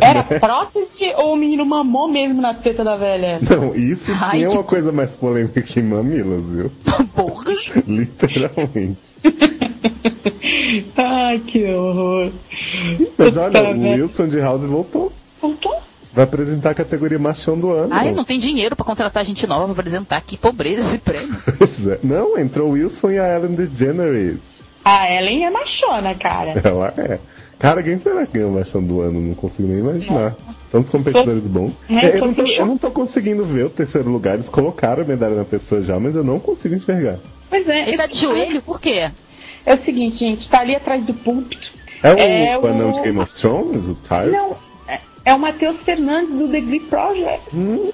C: Era prótese ou o menino mamou mesmo na teta da velha?
B: Não, isso sim
A: Ai,
B: é
A: que-
B: uma coisa mais polêmica que mamilos, viu?
A: Porra.
B: Literalmente.
C: Ai, que horror.
B: Mas olha, o
C: velha.
B: Wilson de House voltou.
C: Voltou?
B: Vai apresentar a categoria machão do ano.
A: Ai, não tem dinheiro pra contratar gente nova pra apresentar. Que pobreza esse prêmio.
B: Pois é. Não, entrou o Wilson e a Ellen DeGeneres.
C: A Ellen é machona, cara.
B: Ela é. Cara, quem será que ganhou o machão do ano? Não consigo nem imaginar. Tantos competidores bons.
C: É,
B: É, eu,
C: tô
B: não tô,
C: sem
B: eu não tô conseguindo ver o terceiro lugar. Eles colocaram a medalha na pessoa já, mas eu não consigo enxergar.
C: Pois é.
A: Ele tá de
C: esse-
A: joelho, por quê?
C: É o seguinte, gente, tá ali atrás do púlpito.
B: É o
C: É o-
B: anão de Game of Thrones, o Tyler?
C: Não, é, é o Matheus Fernandes do The Glee Project.
B: Hum.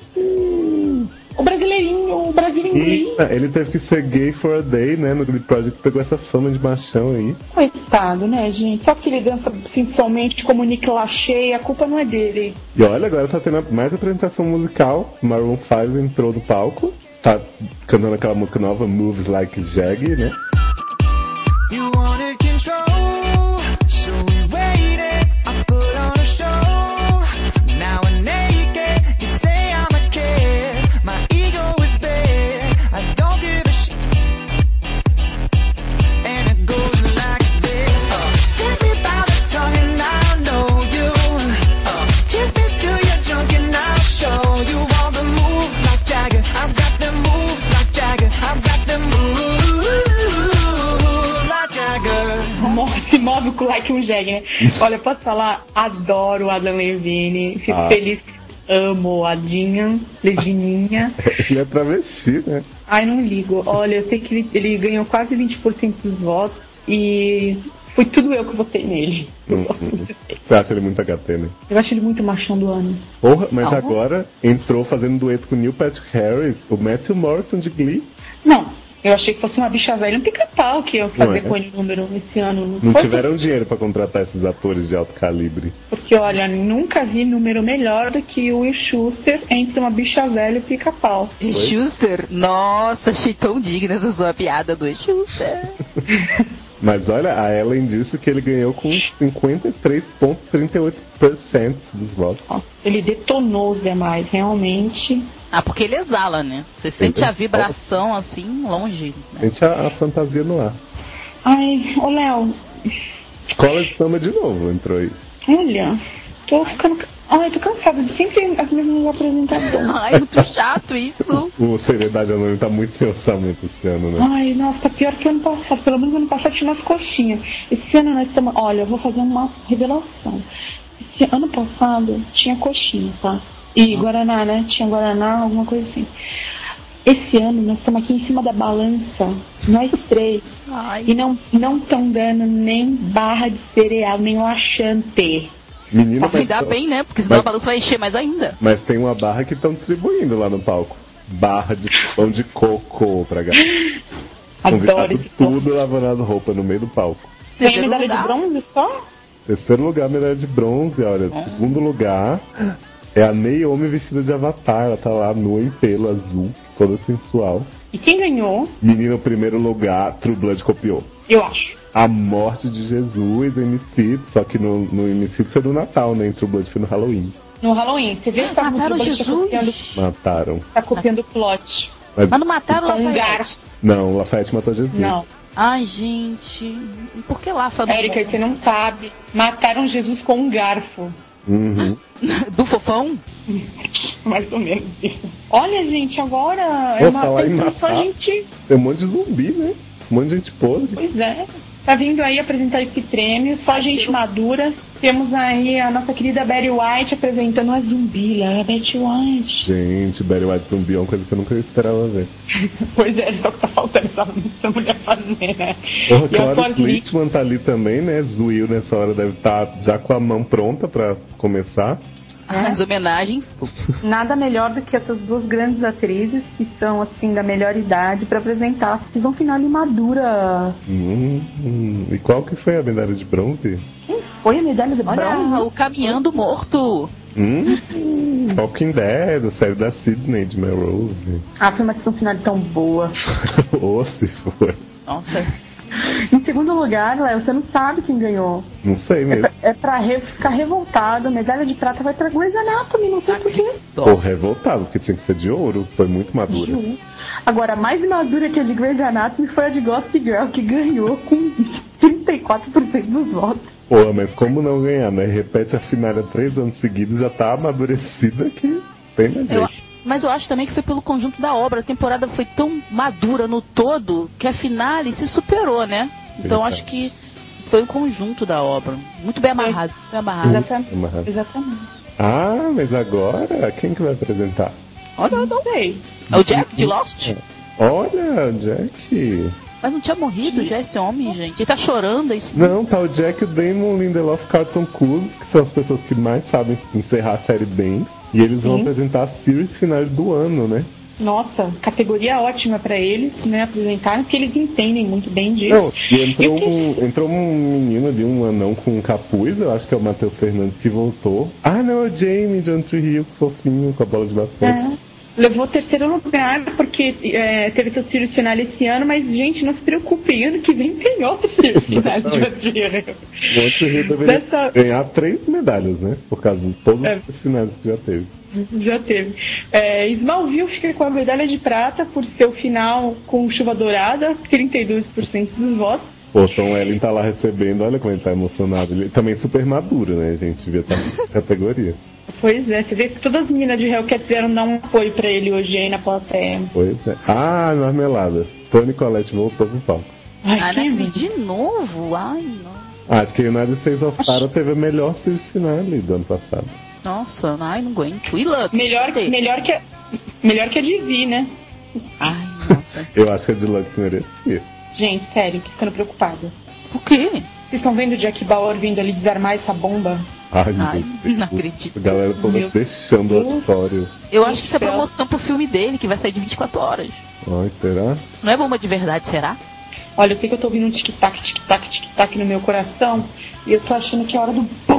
C: O brasileirinho, o brasileirinho.
B: Eita, é, ele teve que ser gay for a day, né? No Glee Project pegou essa fama de machão aí.
C: Coitado, né, gente? Só porque ele dança sensualmente como Nick Lachey, a culpa não é dele.
B: E olha, agora tá tendo mais apresentação musical. Maroon 5 entrou no palco. Tá cantando aquela música nova, Moves Like Jag, né?
D: You wanted control, so we waited. I put on a show. Now I'm naked. You say I'm a kid. My ego is big. I don't give a shit. And it goes like this. Uh, take me by the tongue and I'll know you. Uh, kiss me till you're drunk and I'll show you all the moves like Jagger. I've got the moves like Jagger. I've got the moves like Jagger.
C: Mo- Se move com like um jegue, né? Olha, eu posso falar, adoro o Adam Levine, fico
B: Ah.
C: feliz, amo a Dinha, Levininha.
B: Ele é travesti, né?
C: Ai, não ligo. Olha, eu sei que ele, ele ganhou quase 20% dos votos e foi tudo eu que votei nele. Eu
B: Uhum.
C: gosto muito dele.
B: Você acha ele muito HT, né?
C: Eu acho ele muito machão do ano.
B: Porra, mas
A: Não.
B: agora entrou fazendo dueto com o Neil Patrick Harris, o Matthew Morrison de Glee.
C: Não, eu achei que fosse uma bicha velha, um pica-pau que ia fazer
B: Ué.
C: com ele o número esse ano.
B: Não
C: foi
B: tiveram dinheiro pra contratar esses atores de alto calibre.
C: Porque, olha, nunca vi número melhor do que o Will Schuster entre uma bicha velha e o pica-pau.
A: E Schuster? Nossa, achei tão digna essa sua piada do Schuster.
B: Mas olha, a Ellen disse que ele ganhou com 53,38% dos votos.
C: Ele detonou os demais, realmente.
A: Ah, porque ele exala, né? Você sente
B: Uhum.
A: a vibração assim, longe. né?
B: Gente, a, a fantasia no ar.
C: Ai, ô Léo,
B: Escola de samba de novo entrou aí.
C: olha, tô ficando. ca- Ai, tô cansada de sempre as mesmas apresentadoras.
A: Ai, muito chato isso.
B: O Seriedade Anônima tá muito sem orçamento esse ano, né?
C: Ai, nossa, tá pior que ano passado. Pelo menos ano passado tinha umas coxinhas. Esse ano nós estamos. Olha, eu vou fazer uma revelação. Esse ano passado tinha coxinha, tá? E Guaraná, né? Tinha Guaraná, alguma coisa assim. Esse ano nós estamos aqui em cima da balança, nós três.
A: Ai.
C: E não não estão dando nem barra de cereal, nem laxante.
B: Menina, mas,
A: Ainda bem, né? Porque senão
B: Mas-
A: a balança vai encher mais ainda.
B: mas tem uma barra que estão distribuindo lá no palco. Barra de pão de coco pra galera.
C: Adoro
B: Convidado
C: esse
B: tudo lavando as roupas no meio do palco.
C: Tem
A: Terceiro
C: medalha de
A: lugar.
C: bronze só?
B: Terceiro lugar, medalha de bronze, olha. Segundo lugar é a Naomi vestida de avatar. Ela tá lá nua em pelo azul, toda sensual.
C: E quem ganhou,
B: Menina, o primeiro lugar, True Blood copiou.
C: eu acho.
B: A morte de Jesus, MC, só que no, no MC foi no Natal, né? Em True Blood foi no Halloween.
C: No Halloween, você viu que tá
A: Mataram
C: tá copiando,
A: Ah, Jesus.
B: Mataram.
C: tá copiando o plot.
B: Mas,
A: Mas não mataram o
C: Com um
A: Lafayette.
C: garfo.
B: não, Lafayette matou Jesus.
C: Não.
A: Ai, gente. Por que Lafa? não-
C: Érica, você não sabe. Mataram Jesus com um garfo.
B: Uhum.
A: Do fofão?
C: Mais ou menos. isso. Olha, gente, agora é
B: Vou
C: uma
B: falar em
C: apresentação
B: matar.
C: só gente.
B: Tem um monte de zumbi, né? Um monte de gente podre.
C: Pois é. Tá vindo aí apresentar esse prêmio, só gente madura. Temos aí a nossa querida Betty White apresentando a zumbila. A Betty White.
B: Gente, Barry White zumbi é uma coisa que eu nunca esperava ver.
C: Pois é, só que tá faltando essa, essa mulher fazer, né?
B: Porra,
C: e a
B: Clara
C: Cosmic
B: Clitman tá ali também, né? Zuil nessa hora deve estar já com a mão pronta pra começar.
C: É.
A: As homenagens.
C: Nada melhor do que essas duas grandes atrizes que são assim da melhor idade pra apresentar a season final e madura.
B: Hum, hum. E qual que foi a medalha de bronze?
C: Quem foi a medalha de bronze?
A: Olha, o caminhando morto.
B: Hum? Talking Dead, a série da Sidney de Melrose.
C: Ah, foi uma season final tão boa.
B: Ou se for.
A: Nossa.
C: Em segundo lugar, Léo, você não sabe quem ganhou.
B: Não sei mesmo.
C: É pra re- ficar revoltado. Medalha de prata vai pra Grey's Anatomy, não sei porquê.
B: Tô revoltado, porque tinha que ser de ouro. Foi muito madura.
C: Agora, a mais madura que a de Grey's Anatomy foi a de Gossip Girl, que ganhou com 34% dos votos.
B: Pô, mas como não ganhar, né? Repete a finalha três anos seguidos, já tá amadurecida que tem mais
A: Eu-
B: jeito.
A: mas eu acho também que foi pelo conjunto da obra. A temporada foi tão madura no todo que a finale se superou, né? Então
B: Verdade.
A: acho que foi o conjunto da obra. Muito bem amarrado. muito bem amarrado.
B: Uhum.
C: Exatamente.
B: Amarrado.
C: Exatamente.
B: Ah, mas agora, quem que vai apresentar?
A: Olha, não.
C: Sei.
A: É o Jack
B: Uhum.
A: de Lost?
B: É. Olha, Jack.
A: Mas não tinha morrido já esse homem, gente. Ele tá chorando, é isso.
B: Não, tá o Jack, o Damon, Lindelof, Carlton Cuse, que são as pessoas que mais sabem encerrar a série bem. E eles vão apresentar a series final do ano, né?
C: Nossa, categoria ótima pra eles, né, apresentarem, porque eles entendem muito bem disso.
B: Não, e entrou,
C: E o que-
B: um, entrou um menino ali, um anão com um capuz, eu acho que é o Matheus Fernandes que voltou. Ah, não, é o Jamie, John Tree Hill, fofinho, com a bola de basquete.
C: É. Levou terceiro lugar porque é, teve seu Sirius final esse ano, mas gente, não se preocupe, ano que vem tem outro Sirius final de Brasil.
B: John Tree Hill deveria
C: Dessa-
B: ganhar três medalhas, né? Por causa de todos
C: É.
B: os finais que já teve.
C: Já teve. É, Smallville fica com a medalha de prata por seu final com chuva dourada, 32% dos votos.
B: Pô, Tom Ellen tá lá recebendo, olha como ele tá emocionado. Ele também é super maduro, né, gente? Devia estar nessa categoria.
C: Pois é, você vê que todas as meninas de Hellcat vieram dar um apoio pra ele hoje aí na plateia.
B: Pois é. Ah, marmelada. Tony Colette voltou pro palco.
C: Ai,
A: Ah,
C: que
A: não
C: lindo.
A: acredito. de novo. Ai, não.
B: Ah, porque United States of Tara teve a melhor series final ali do ano passado.
A: Nossa, ai, não aguento. E Lux?
C: melhor,
A: Cadê?
C: melhor, que, a- melhor que a de Vi, né?
A: Ai, nossa.
B: Eu acho que a Deluxe merecia.
C: Gente, sério, tô ficando preocupada.
A: Por quê?
C: Vocês estão vendo o Jack Bauer vindo ali desarmar essa bomba?
B: Ai,
A: Ai,
B: meu Deus.
A: não acredito.
B: A galera toda
C: Meu
B: deixando o
C: Deus.
B: auditório.
A: Eu acho que isso é
C: Céu.
A: promoção pro filme dele, que vai sair de 24 horas.
B: Ai, será?
A: Não é bomba de verdade, será?
C: Olha, eu sei que eu tô ouvindo um tic-tac, tic-tac, tic-tac no meu coração. E eu tô achando que é a hora do pum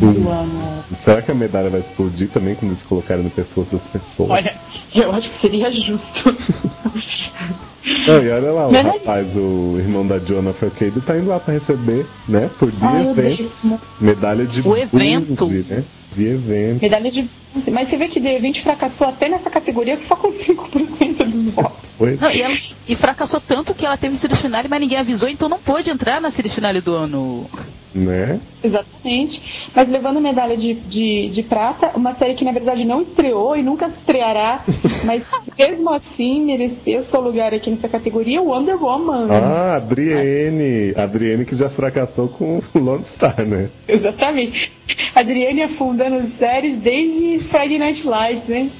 C: do
B: Hum.
C: ano.
B: Será que a medalha vai explodir também quando eles colocarem no pescoço das pessoas?
C: Olha, eu acho que seria justo.
B: Não, e olha lá, o
C: Mas- é
B: rapaz, o irmão da Jonathan Cade, tá indo lá pra receber, né? Por dia
C: Ai, eu
B: tem
C: odeio esse mundo.
B: medalha de
A: O evento.
B: bronze, né? De evento.
C: Medalha de bronze. Mas você vê que The Event fracassou até nessa categoria que só com 5% dos votos.
B: Foi.
A: Não, e, ela- e fracassou tanto que ela teve um series finale, mas ninguém avisou, então não pôde entrar na series finale do ano.
B: Né?
C: Exatamente. Mas levando a medalha de, de, de prata, uma série que na verdade não estreou e nunca estreará, mas mesmo assim mereceu seu lugar aqui nessa categoria, Wonder Woman.
B: Ah, Adriene. Adriene que já fracassou com o Lone Star, né?
C: Exatamente. Adriane afundando séries desde Friday Night Lights, né?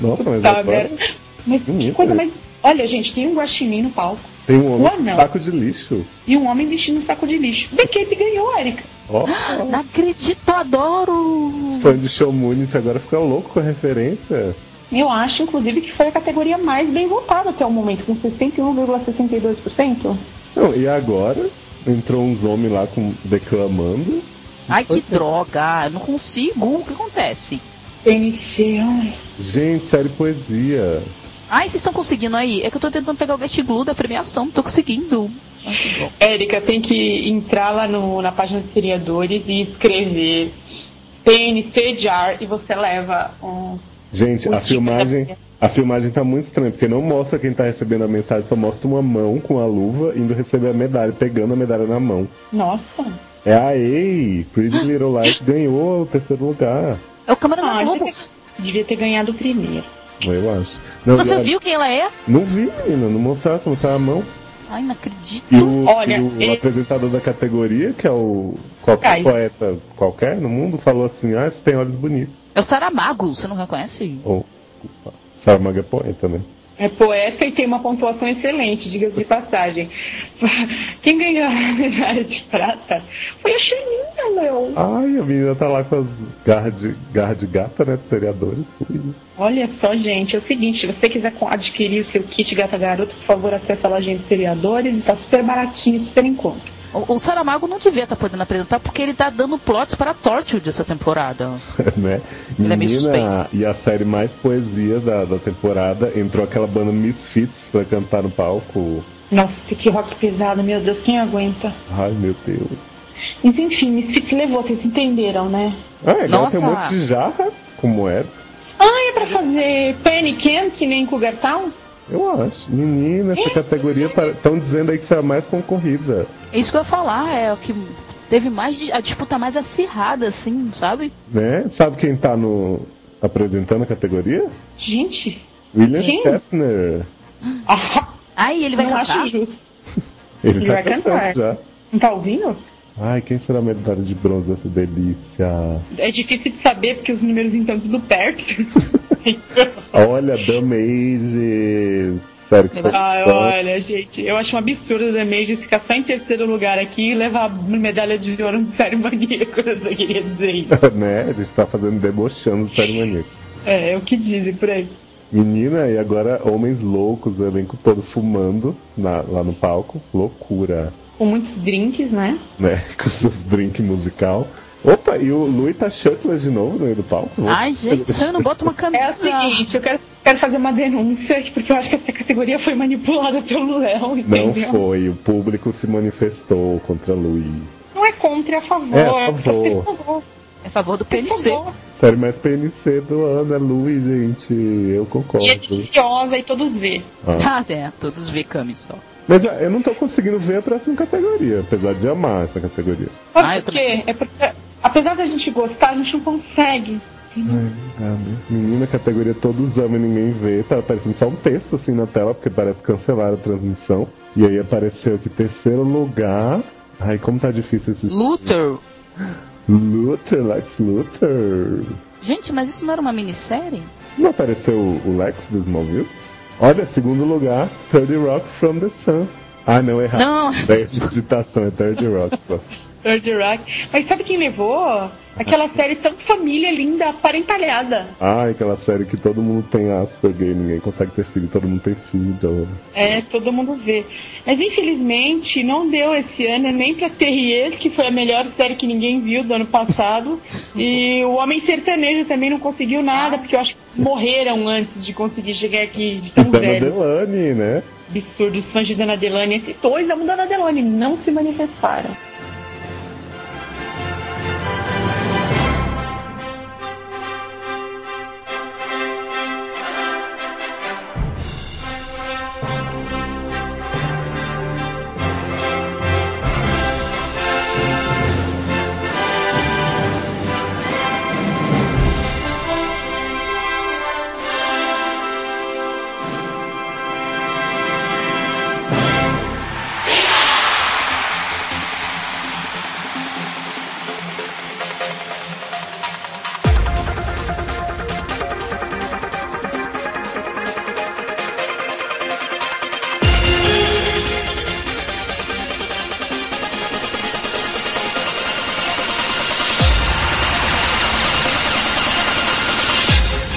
B: Nossa, mas
C: Sabe?
B: agora
C: Mas que
B: Bonito.
C: coisa mais. Olha, gente, tem um guaxinim no palco
B: tem um homem
C: Ué,
B: com
C: não.
B: saco de lixo.
C: e um homem vestindo um saco de lixo. The Cape ganhou, Erika.
B: Ó,
A: Não acredito, adoro!
B: fã de Showmunice agora fica louco com a referência.
C: Eu acho, inclusive, que foi a categoria mais bem votada até o momento, com 61,62%.
B: Não, e agora entrou uns homens lá com, declamando.
A: Ai, que droga, eu não consigo, o que acontece?
C: MC, ai.
B: Gente, série poesia.
A: Ai, vocês estão conseguindo aí? É que eu tô tentando pegar o get glue da premiação, não tô conseguindo. Ai, que droga.
C: Érica tem que entrar lá no- na página dos seriadores e escrever PNC Jar e você leva um.
B: Gente, a
C: Os tipos
B: filmagem,
C: da-
B: a filmagem tá muito estranha, porque não mostra quem tá recebendo a mensagem, só mostra uma mão com a luva indo receber a medalha, pegando a medalha na mão.
C: Nossa!
B: É a Ei, Pretty Little Light ganhou o terceiro lugar,
A: É o Câmara da
C: Ah,
A: Globo.
C: devia- Devia ter ganhado o primeiro.
B: eu acho. Não,
A: Você
B: eu-
A: viu quem ela é?
B: Não vi, menina, não mostraram, só mostraram a mão.
A: Ai, não acredito.
B: E o,
C: Olha,
B: e o
C: ele-
B: apresentador da categoria, que é o qualquer
C: Ai.
B: poeta qualquer no mundo, falou assim, ah, você tem olhos bonitos.
A: É o Saramago, você não reconhece?
B: Ou, desculpa, Saramago é poeta, né?
C: É poeta e tem uma pontuação excelente, diga-se de passagem. Quem ganhou a medalha de prata foi a Xaninha, Léo.
B: Ai, a menina tá lá com as garras de, garra de gata, né, dos seriadores. né? Ui.
C: Olha só, gente, é o seguinte, se você quiser co- adquirir o seu kit Gata Garoto, por favor, acessa a lojinha de seriadores, tá super baratinho, super em conta.
A: O, o Saramago não devia estar podendo apresentar porque ele tá dando plots para Tortured essa temporada.
B: né?
A: Ele é meio
B: Menina, e a série mais poesia da, da temporada entrou aquela banda Misfits pra cantar no palco.
C: Nossa, que rock pesado, meu Deus, quem aguenta?
B: Ai, meu Deus.
C: Mas enfim, Misfits levou, vocês entenderam, né?
B: Ah, agora
A: Nossa!
B: tem um monte de jarra com moeda.
C: Ah, é pra fazer Penny Can, que nem Cougar Town?
B: Eu acho. Menina, essa categoria estão dizendo aí que foi a mais concorrida.
A: É isso que eu ia falar, é o que teve mais di- a disputa mais acirrada, assim, sabe?
B: Né? Sabe quem tá no. apresentando a categoria?
C: Gente,
B: William
C: Quem?
B: Shatner.
C: ah,
A: Aí ele vai
C: não
A: cantar.
C: acho justo.
B: Ele,
C: Ele
B: tá
C: vai
B: cantando
C: cantar.
B: já.
C: Não tá ouvindo?
B: Ai, quem será a medalha de bronze dessa delícia?
C: É difícil de saber porque os números estão tudo perto.
B: Olha, Damage! Sério que foi
C: Ai,
B: bom.
C: Ah, olha, gente, eu acho um absurdo da Major ficar só em terceiro lugar aqui e levar a medalha de ouro no sério maníaco, eu só queria dizer isso.
B: né? A gente tá fazendo debochando do sério maníaco.
C: É, é o que dizem por aí.
B: Menina, e agora homens loucos, o elenco todo fumando na- lá no palco. Loucura,
C: Com muitos drinks, né?
B: né? Com seus drink musical. Opa, e o Louis tá shirtless de novo no meio do palco?
A: Ai, gente, se eu não boto uma camisa.
C: É o seguinte, eu quero, quero fazer uma denúncia, porque eu acho que essa categoria foi manipulada pelo Léo,
B: Não
C: entendeu?
B: foi, o público se manifestou contra Louis.
C: Não é contra, é a favor.
B: É, a favor.
C: É a favor.
A: É a favor do
C: É a
A: PNC.
C: favor.
B: Sério, mas PNC do ano é Louis, gente. Eu concordo.
C: E é deliciosa e todos vê.
B: Ah.
A: Ah, é, todos vê camisola.
B: Mas ah, eu não tô conseguindo ver a próxima categoria, apesar de amar essa categoria.
C: Sabe
A: Ah, eu
C: por
A: também.
C: quê? É porque, apesar da gente gostar, a gente não consegue.
B: Menina, a categoria todos amam e ninguém vê. Tá aparecendo só um texto assim na tela, porque parece que cancelaram a transmissão. E aí apareceu aqui terceiro lugar. Ai, como tá difícil esse.
A: Luther.
B: Luther, Lex Luthor.
A: Gente, mas isso não era uma minissérie?
B: Não apareceu o Lex do Smallville? Olha, segundo lugar, 30 Rock from the Sun. Ah, não, errado.
A: Não.
B: É digitação, é 30 Rock. só.
C: Third Rock. Mas sabe quem levou? Aquela série tão família linda, aparentalhada.
B: Ai, aquela série que todo mundo tem Asperger, ninguém consegue ter filho, todo mundo tem filho.
C: É, todo mundo vê. Mas infelizmente não deu esse ano nem pra Terrier, que foi a melhor série que ninguém viu do ano passado. e o Homem Sertanejo também não conseguiu nada, porque eu acho que eles morreram antes de conseguir chegar aqui de
B: E
C: tão
B: Dana
C: velho.
B: Delane, é né?
C: absurdo. Os fãs de Dona Delane, entre dois, a Dona Delane não se manifestaram.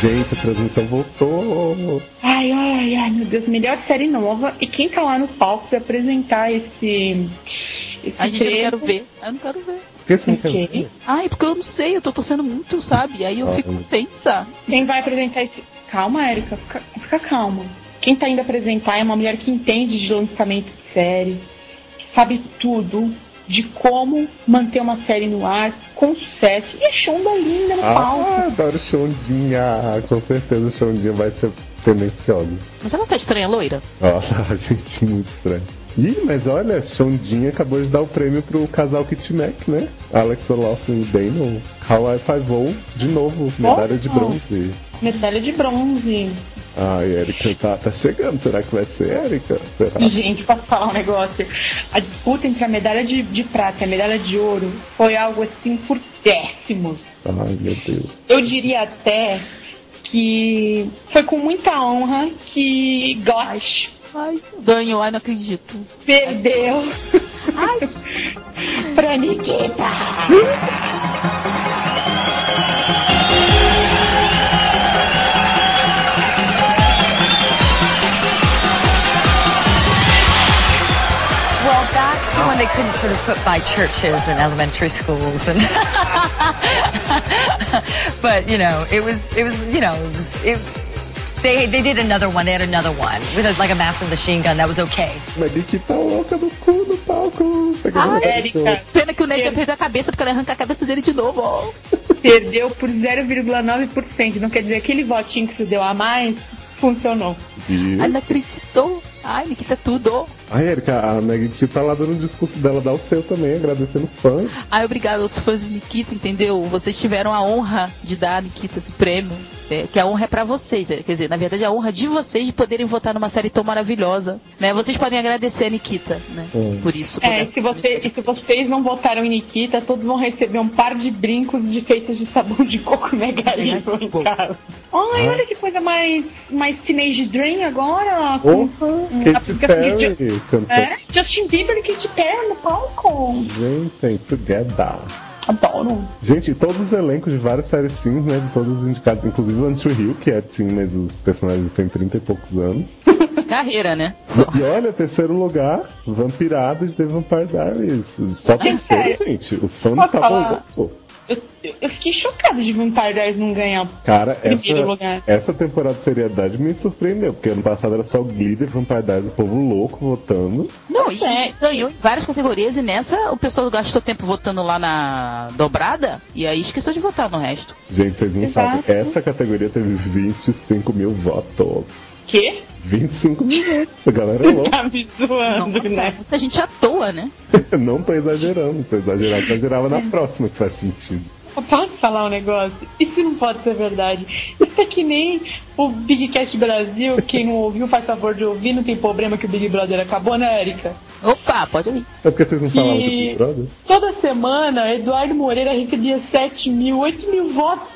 B: Gente, a transmissão voltou.
C: Ai, ai, ai, meu Deus, melhor série nova. E quem tá lá no palco pra apresentar esse. esse
A: A gente eu não quero
C: treco?
A: ver. Eu não quero ver.
B: Por que você não quer
C: Ok.
B: ver?
A: Ai, porque eu não sei, eu tô torcendo muito, sabe? Aí eu
B: Ah,
A: fico
B: eu-
A: tensa.
C: Quem vai apresentar esse. Calma, Érica, fica, fica calma. Quem tá indo apresentar é uma mulher que entende de lançamento de série, que sabe tudo de como manter uma série no ar com sucesso. E a Shonda linda no palco.
B: Ah, adoro Xondinha. Com certeza Xondinha vai ser tendenciosa.
A: Mas ela tá estranha, loira?
B: Nossa, gente, muito estranho. Ih, mas olha, Xondinha acabou de dar o prêmio pro casal Kitmac, né? Alex Olofsson e Damon. Hawaii Five-O, de novo, medalha de bronze.
C: Medalha de bronze.
B: Ai, Erika, tá, tá chegando. Será que vai ser Erika? Será?
C: Gente, posso falar um negócio? A disputa entre a medalha de, de prata e a medalha de ouro foi algo assim por décimos.
B: Ai, meu Deus.
C: Eu diria até que foi com muita honra que Gotch
A: Ai, ganho, ai, não acredito.
C: perdeu pra tá. Nikita.
E: Well, that's the one they couldn't sort of put by churches and elementary schools and. but you know, it was it was you know it was it. They, they did another one. They had another one with a, like a massive machine gun. That was okay.
B: Mas Nick tá louca no cu do palco. Pegando
C: Ah, Erika.
A: Pena que o Ned já perdeu a cabeça porque ela arranca a cabeça dele de novo, ó.
C: Perdeu por 0,9%. Não quer dizer que aquele votinho que você deu a mais funcionou.
B: E-
A: Ai, não acreditou. Ai, Nikita, tudo.
B: Ai, Erika, a Maggie Q tá lá dando o discurso dela, dá o seu também, agradecendo os fãs.
A: Ai, obrigado aos fãs de Nikita, entendeu? Vocês tiveram a honra de dar a Nikita esse prêmio. né? que a honra é pra vocês, né? quer dizer, na verdade a honra de vocês de poderem votar numa série tão maravilhosa, né? Vocês podem agradecer a Nikita, né?
B: Hum.
A: Por isso. por
C: É, e
A: essa-
C: se, você- e se vocês não votaram em Nikita, todos vão receber um par de brincos de feitos de sabão de coco mega Evil em
A: Pô.
C: casa. Ai, olha que coisa mais, mais Teenage Dream agora. com-
B: Opa,
C: a
B: Katy
C: aplicação Uhum. Tá de
B: Perry cantou.
C: É, Justin Bieber e Katy Perry no palco.
B: Gente, together.
C: Adoro.
B: Gente, todos os elencos de várias séries teens, né? De todos os indicados, inclusive o Andrew Hill, que é teen, mas os personagens têm 30 e poucos anos.
A: Carreira, né?
B: E olha, terceiro lugar, Vampirada de The Vampire Diaries. Só
C: Gente,
B: terceiro,
C: sério?
B: gente. Os fãs
C: Posso
B: estavam
C: falar?
B: loucos.
C: Eu, eu- eu fiquei chocada de Vampire Diaries não ganhar.
B: Cara,
C: Primeiro
B: essa,
C: lugar.
B: essa temporada de seriedade me surpreendeu, porque ano passado era só Glitter, Vampire Diaries, o povo louco votando.
A: Não, e
C: É.
A: ganhou em várias categorias e nessa o pessoal gastou tempo votando lá na dobrada e aí esqueceu de votar no resto.
B: Gente, vocês não sabem,
C: Exato.
B: essa categoria teve 25 mil votos.
C: Quê?
B: 25 mil votos, a galera é louca.
C: Tá me zoando,
A: Nossa,
C: né?
A: é, muita gente à toa, né?
B: Não tô exagerando, tô exagerando, exagerava
C: É.
B: na próxima que faz sentido.
C: Eu Posso falar um negócio? Isso não pode ser verdade. Isso é que nem o Big Cast Brasil. Quem não ouviu, faz favor de ouvir. Não tem problema que o Big Brother acabou, né, Erika?
A: Opa, pode vir.
B: É porque vocês não falavam do
C: Que-
B: Big Brother?
C: Toda semana, Eduardo Moreira recebia 7 mil, 8 mil votos.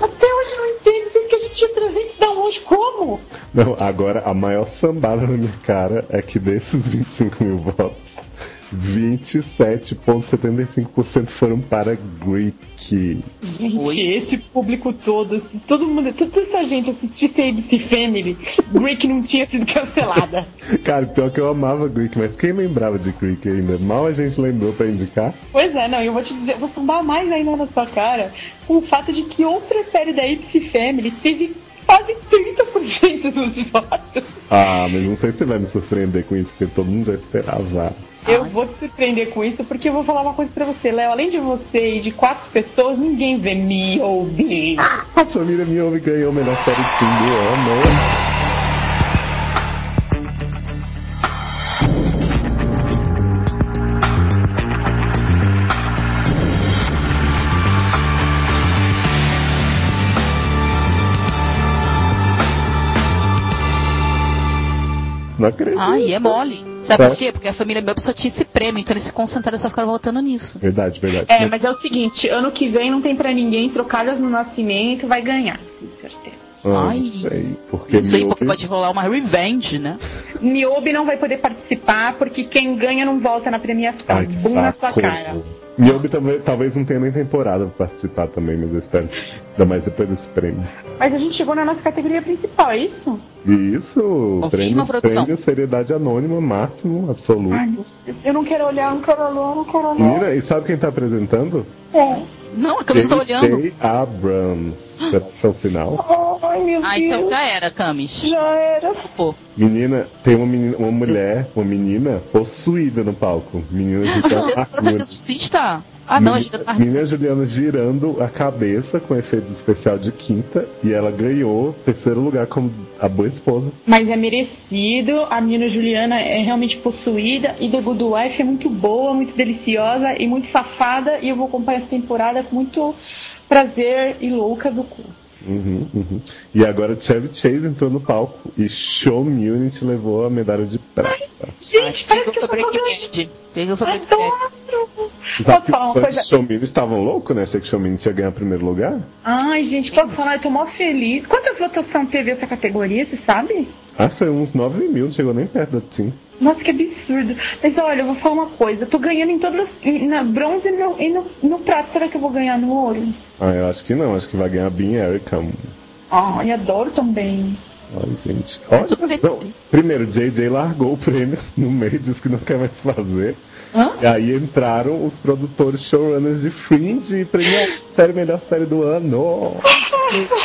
C: Até hoje não entendo. Vocês que a gente tinha 300 downloads. Como?
B: Não, agora a maior sambada na minha cara é que desses 25 mil votos, 27,75% foram para Greek.
C: Gente,
A: Oi?
C: esse público todo, assim, todo mundo, toda essa gente assistisse a ABC Family, Greek não tinha sido cancelada.
B: Cara, pior que eu amava Greek, mas quem lembrava de Greek ainda? Mal a gente lembrou pra indicar.
C: Pois é, não, eu vou te dizer, eu vou sambar mais ainda na sua cara com o fato de que outra série da ABC Family teve quase 30% dos votos.
B: Ah, mas não sei se vai me surpreender com isso, porque todo mundo já esperava.
C: Eu vou te surpreender com isso, porque eu vou falar uma coisa pra você, Léo. Além de você e de quatro pessoas, ninguém vê me ouvir.
B: A família me ouve ganhou a melhor série do ano. Não acredito.
A: Ai, é mole. Sabe
B: É.
A: por quê? Porque a família Belby só tinha esse prêmio, então eles se concentraram e só ficaram voltando nisso.
B: Verdade, verdade.
C: É, mas é o seguinte, ano que vem não tem pra ninguém trocadas no nascimento, vai ganhar, com certeza.
B: Ah,
A: Ai.
B: Não sei, porque
A: Não sei,
B: me
A: porque
B: ouve-
A: pode rolar uma revenge, né?
C: Niobe não vai poder participar, porque quem ganha não volta na premiação.
B: Ai, que
A: um
C: Bum na sua
B: saco.
C: cara.
B: Niobe também, talvez não tenha nem temporada pra participar também, mas eu espero. Ainda mais depois desse prêmio.
C: Mas a gente chegou na nossa categoria principal, é isso?
B: E isso, prêmio,
A: produção.
B: prêmio, seriedade anônima, máximo, absoluto.
C: Ai, meu Deus, eu não quero olhar, não quero olhar, não quero olhar.
B: Mira, e sabe quem tá apresentando?
C: É.
A: Não, é que eu não estou olhando.
B: J.J. Abrams. Será que é um sinal?
C: Ai, meu
A: Ah,
C: Deus,
A: então já era, Camis.
C: já era.
A: Pô,
B: Menina, tem uma, menina, uma mulher, uma menina possuída no palco. Menina
A: não,
B: Juliana
C: Ah,
A: com certeza
B: Arthur.
A: sim está. Ah, não, a gente tá
B: Menina Juliana girando a cabeça com efeito especial de quinta e ela ganhou terceiro lugar como a boa esposa.
C: Mas é merecido, a menina Juliana é realmente possuída e The Good Wife é muito boa, muito deliciosa e muito safada e eu vou acompanhar essa temporada com muito prazer e louca do cu.
B: Uhum, uhum. E agora Chevy Chase entrou no palco e Show Unit levou a medalha de prata.
C: Gente, parece que
A: Pegou
C: eu
A: o
C: sou uma
A: Breaking
C: grande
A: Bad. Pegou o Breaking Bad.
C: adoro.
B: Só
C: Posso
B: que
C: falar
B: os
C: uma
B: fãs Tá, de
C: coisa?
B: Show Unit estavam loucos, né? Achei que Show Unit ia ganhar primeiro lugar.
C: Ai, gente, posso falar? Eu tô mó feliz. Quantas votações teve essa categoria, você sabe?
B: Ah, foi uns 9 mil, não chegou nem perto da Tim.
C: Nossa, que absurdo. Mas olha, eu vou falar uma coisa. Eu tô ganhando em todas. em- Na bronze e no, e no, no prato. Será que eu vou ganhar no ouro?
B: Ah, eu acho que não, acho que vai ganhar Bean Erica. um
C: Ai, adoro também.
B: Olha, gente. Olha,
A: Tudo bem,
B: não,
A: sim.
B: primeiro, JJ largou o prêmio no meio, disse que não quer mais fazer.
C: Hã?
B: E aí entraram os produtores showrunners de Fringe e prêmio série melhor série do ano.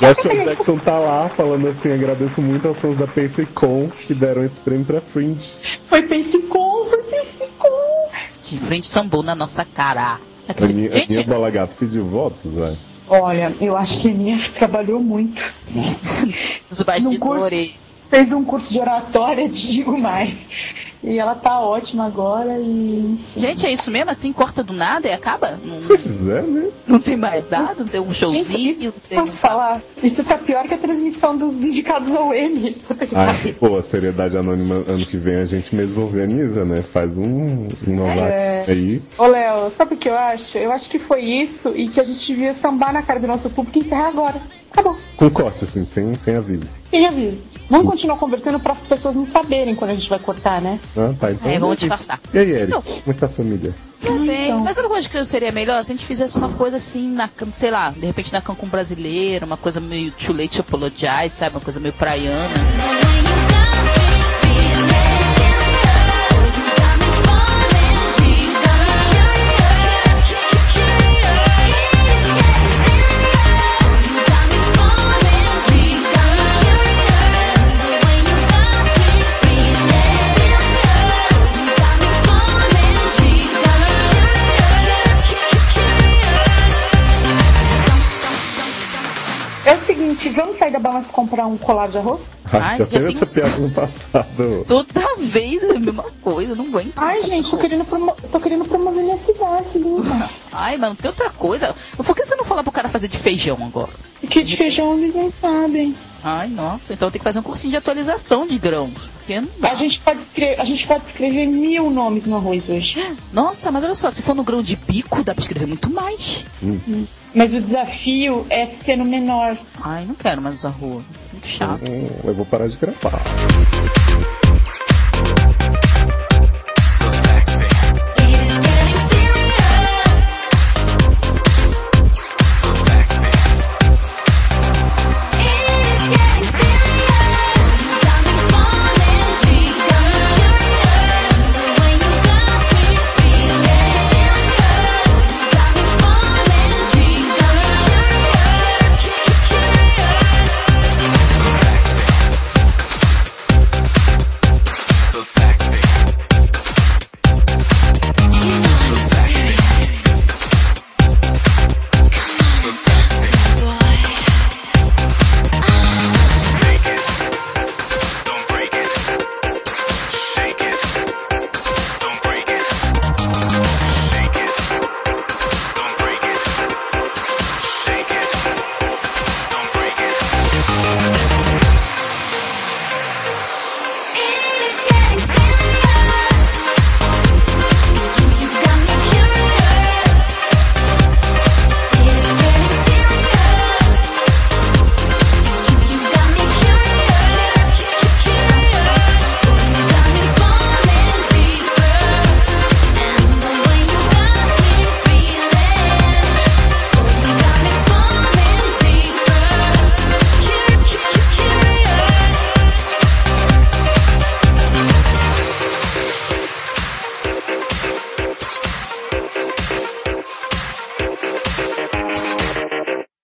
B: Joshua Jackson tá lá falando assim, agradeço muito aos fãs da Pace Com que deram esse prêmio pra Fringe.
C: Foi Pensicom, foi Pensicom.
A: De frente sambou na nossa cara. É que-
B: A minha, a minha
A: Gente,
B: bola gato pediu votos, né? velho.
C: Olha, eu acho que a Aninha trabalhou muito.
A: os bastidores.
C: Fez um curso de oratória, te digo mais. E ela tá ótima agora e.
A: Gente, é isso mesmo? Assim, corta do nada e acaba? Não,
B: Pois é, né?
A: não tem mais nada? Não tem um
C: Gente,
A: showzinho?
C: isso, é
A: Não tem...
C: posso falar? Isso tá pior que a transmissão dos indicados ao M.
B: Ai, pô, a seriedade anônima ano que vem a gente mesmo organiza, né? Faz um, um novato
C: É.
B: aí.
C: Ô, Léo, sabe o que eu acho? Eu acho que foi isso e que a gente devia sambar na cara do nosso público e encerrar agora. Acabou.
B: Com corte, assim, sem, sem aviso.
C: E aviso. Vamos continuar conversando para as pessoas não saberem quando a gente vai cortar, né?
B: Ah, tá, então.
A: É, vamos disfarçar.
B: E aí, Eric?
A: Não.
B: Como está a família?
A: Tudo bem,
C: então.
A: mas sabe uma coisa que eu seria melhor? Se a gente fizesse uma coisa assim, na, can- sei lá, de repente na Cancún brasileira, uma coisa meio too late to apologize, sabe? Uma coisa meio praiana.
C: É o seguinte, vamos sair da balança e comprar um colar de arroz?
B: Ah,
A: Ai,
B: já
A: já
B: fez
A: tem- um-
B: essa piada no passado.
A: Toda vez é a mesma coisa, eu não aguento.
C: Ai, gente, tô querendo, promo... tô querendo promover minha cidade, linda.
A: Ai, mas não tem outra coisa. Por que você não fala pro cara fazer de feijão agora?
C: Que de feijão eles não sabem.
A: Ai, nossa, então tem que fazer um cursinho de atualização de grãos. Porque não
C: A
A: dá.
C: gente pode escrever, a gente pode escrever mil nomes no arroz hoje.
A: Nossa, mas olha só, se for no grão de bico, dá pra escrever muito mais.
C: Mas o desafio é ser no menor.
A: Ai, não quero mais usar rua. Isso é muito chato.
B: Hum, eu vou parar de gravar.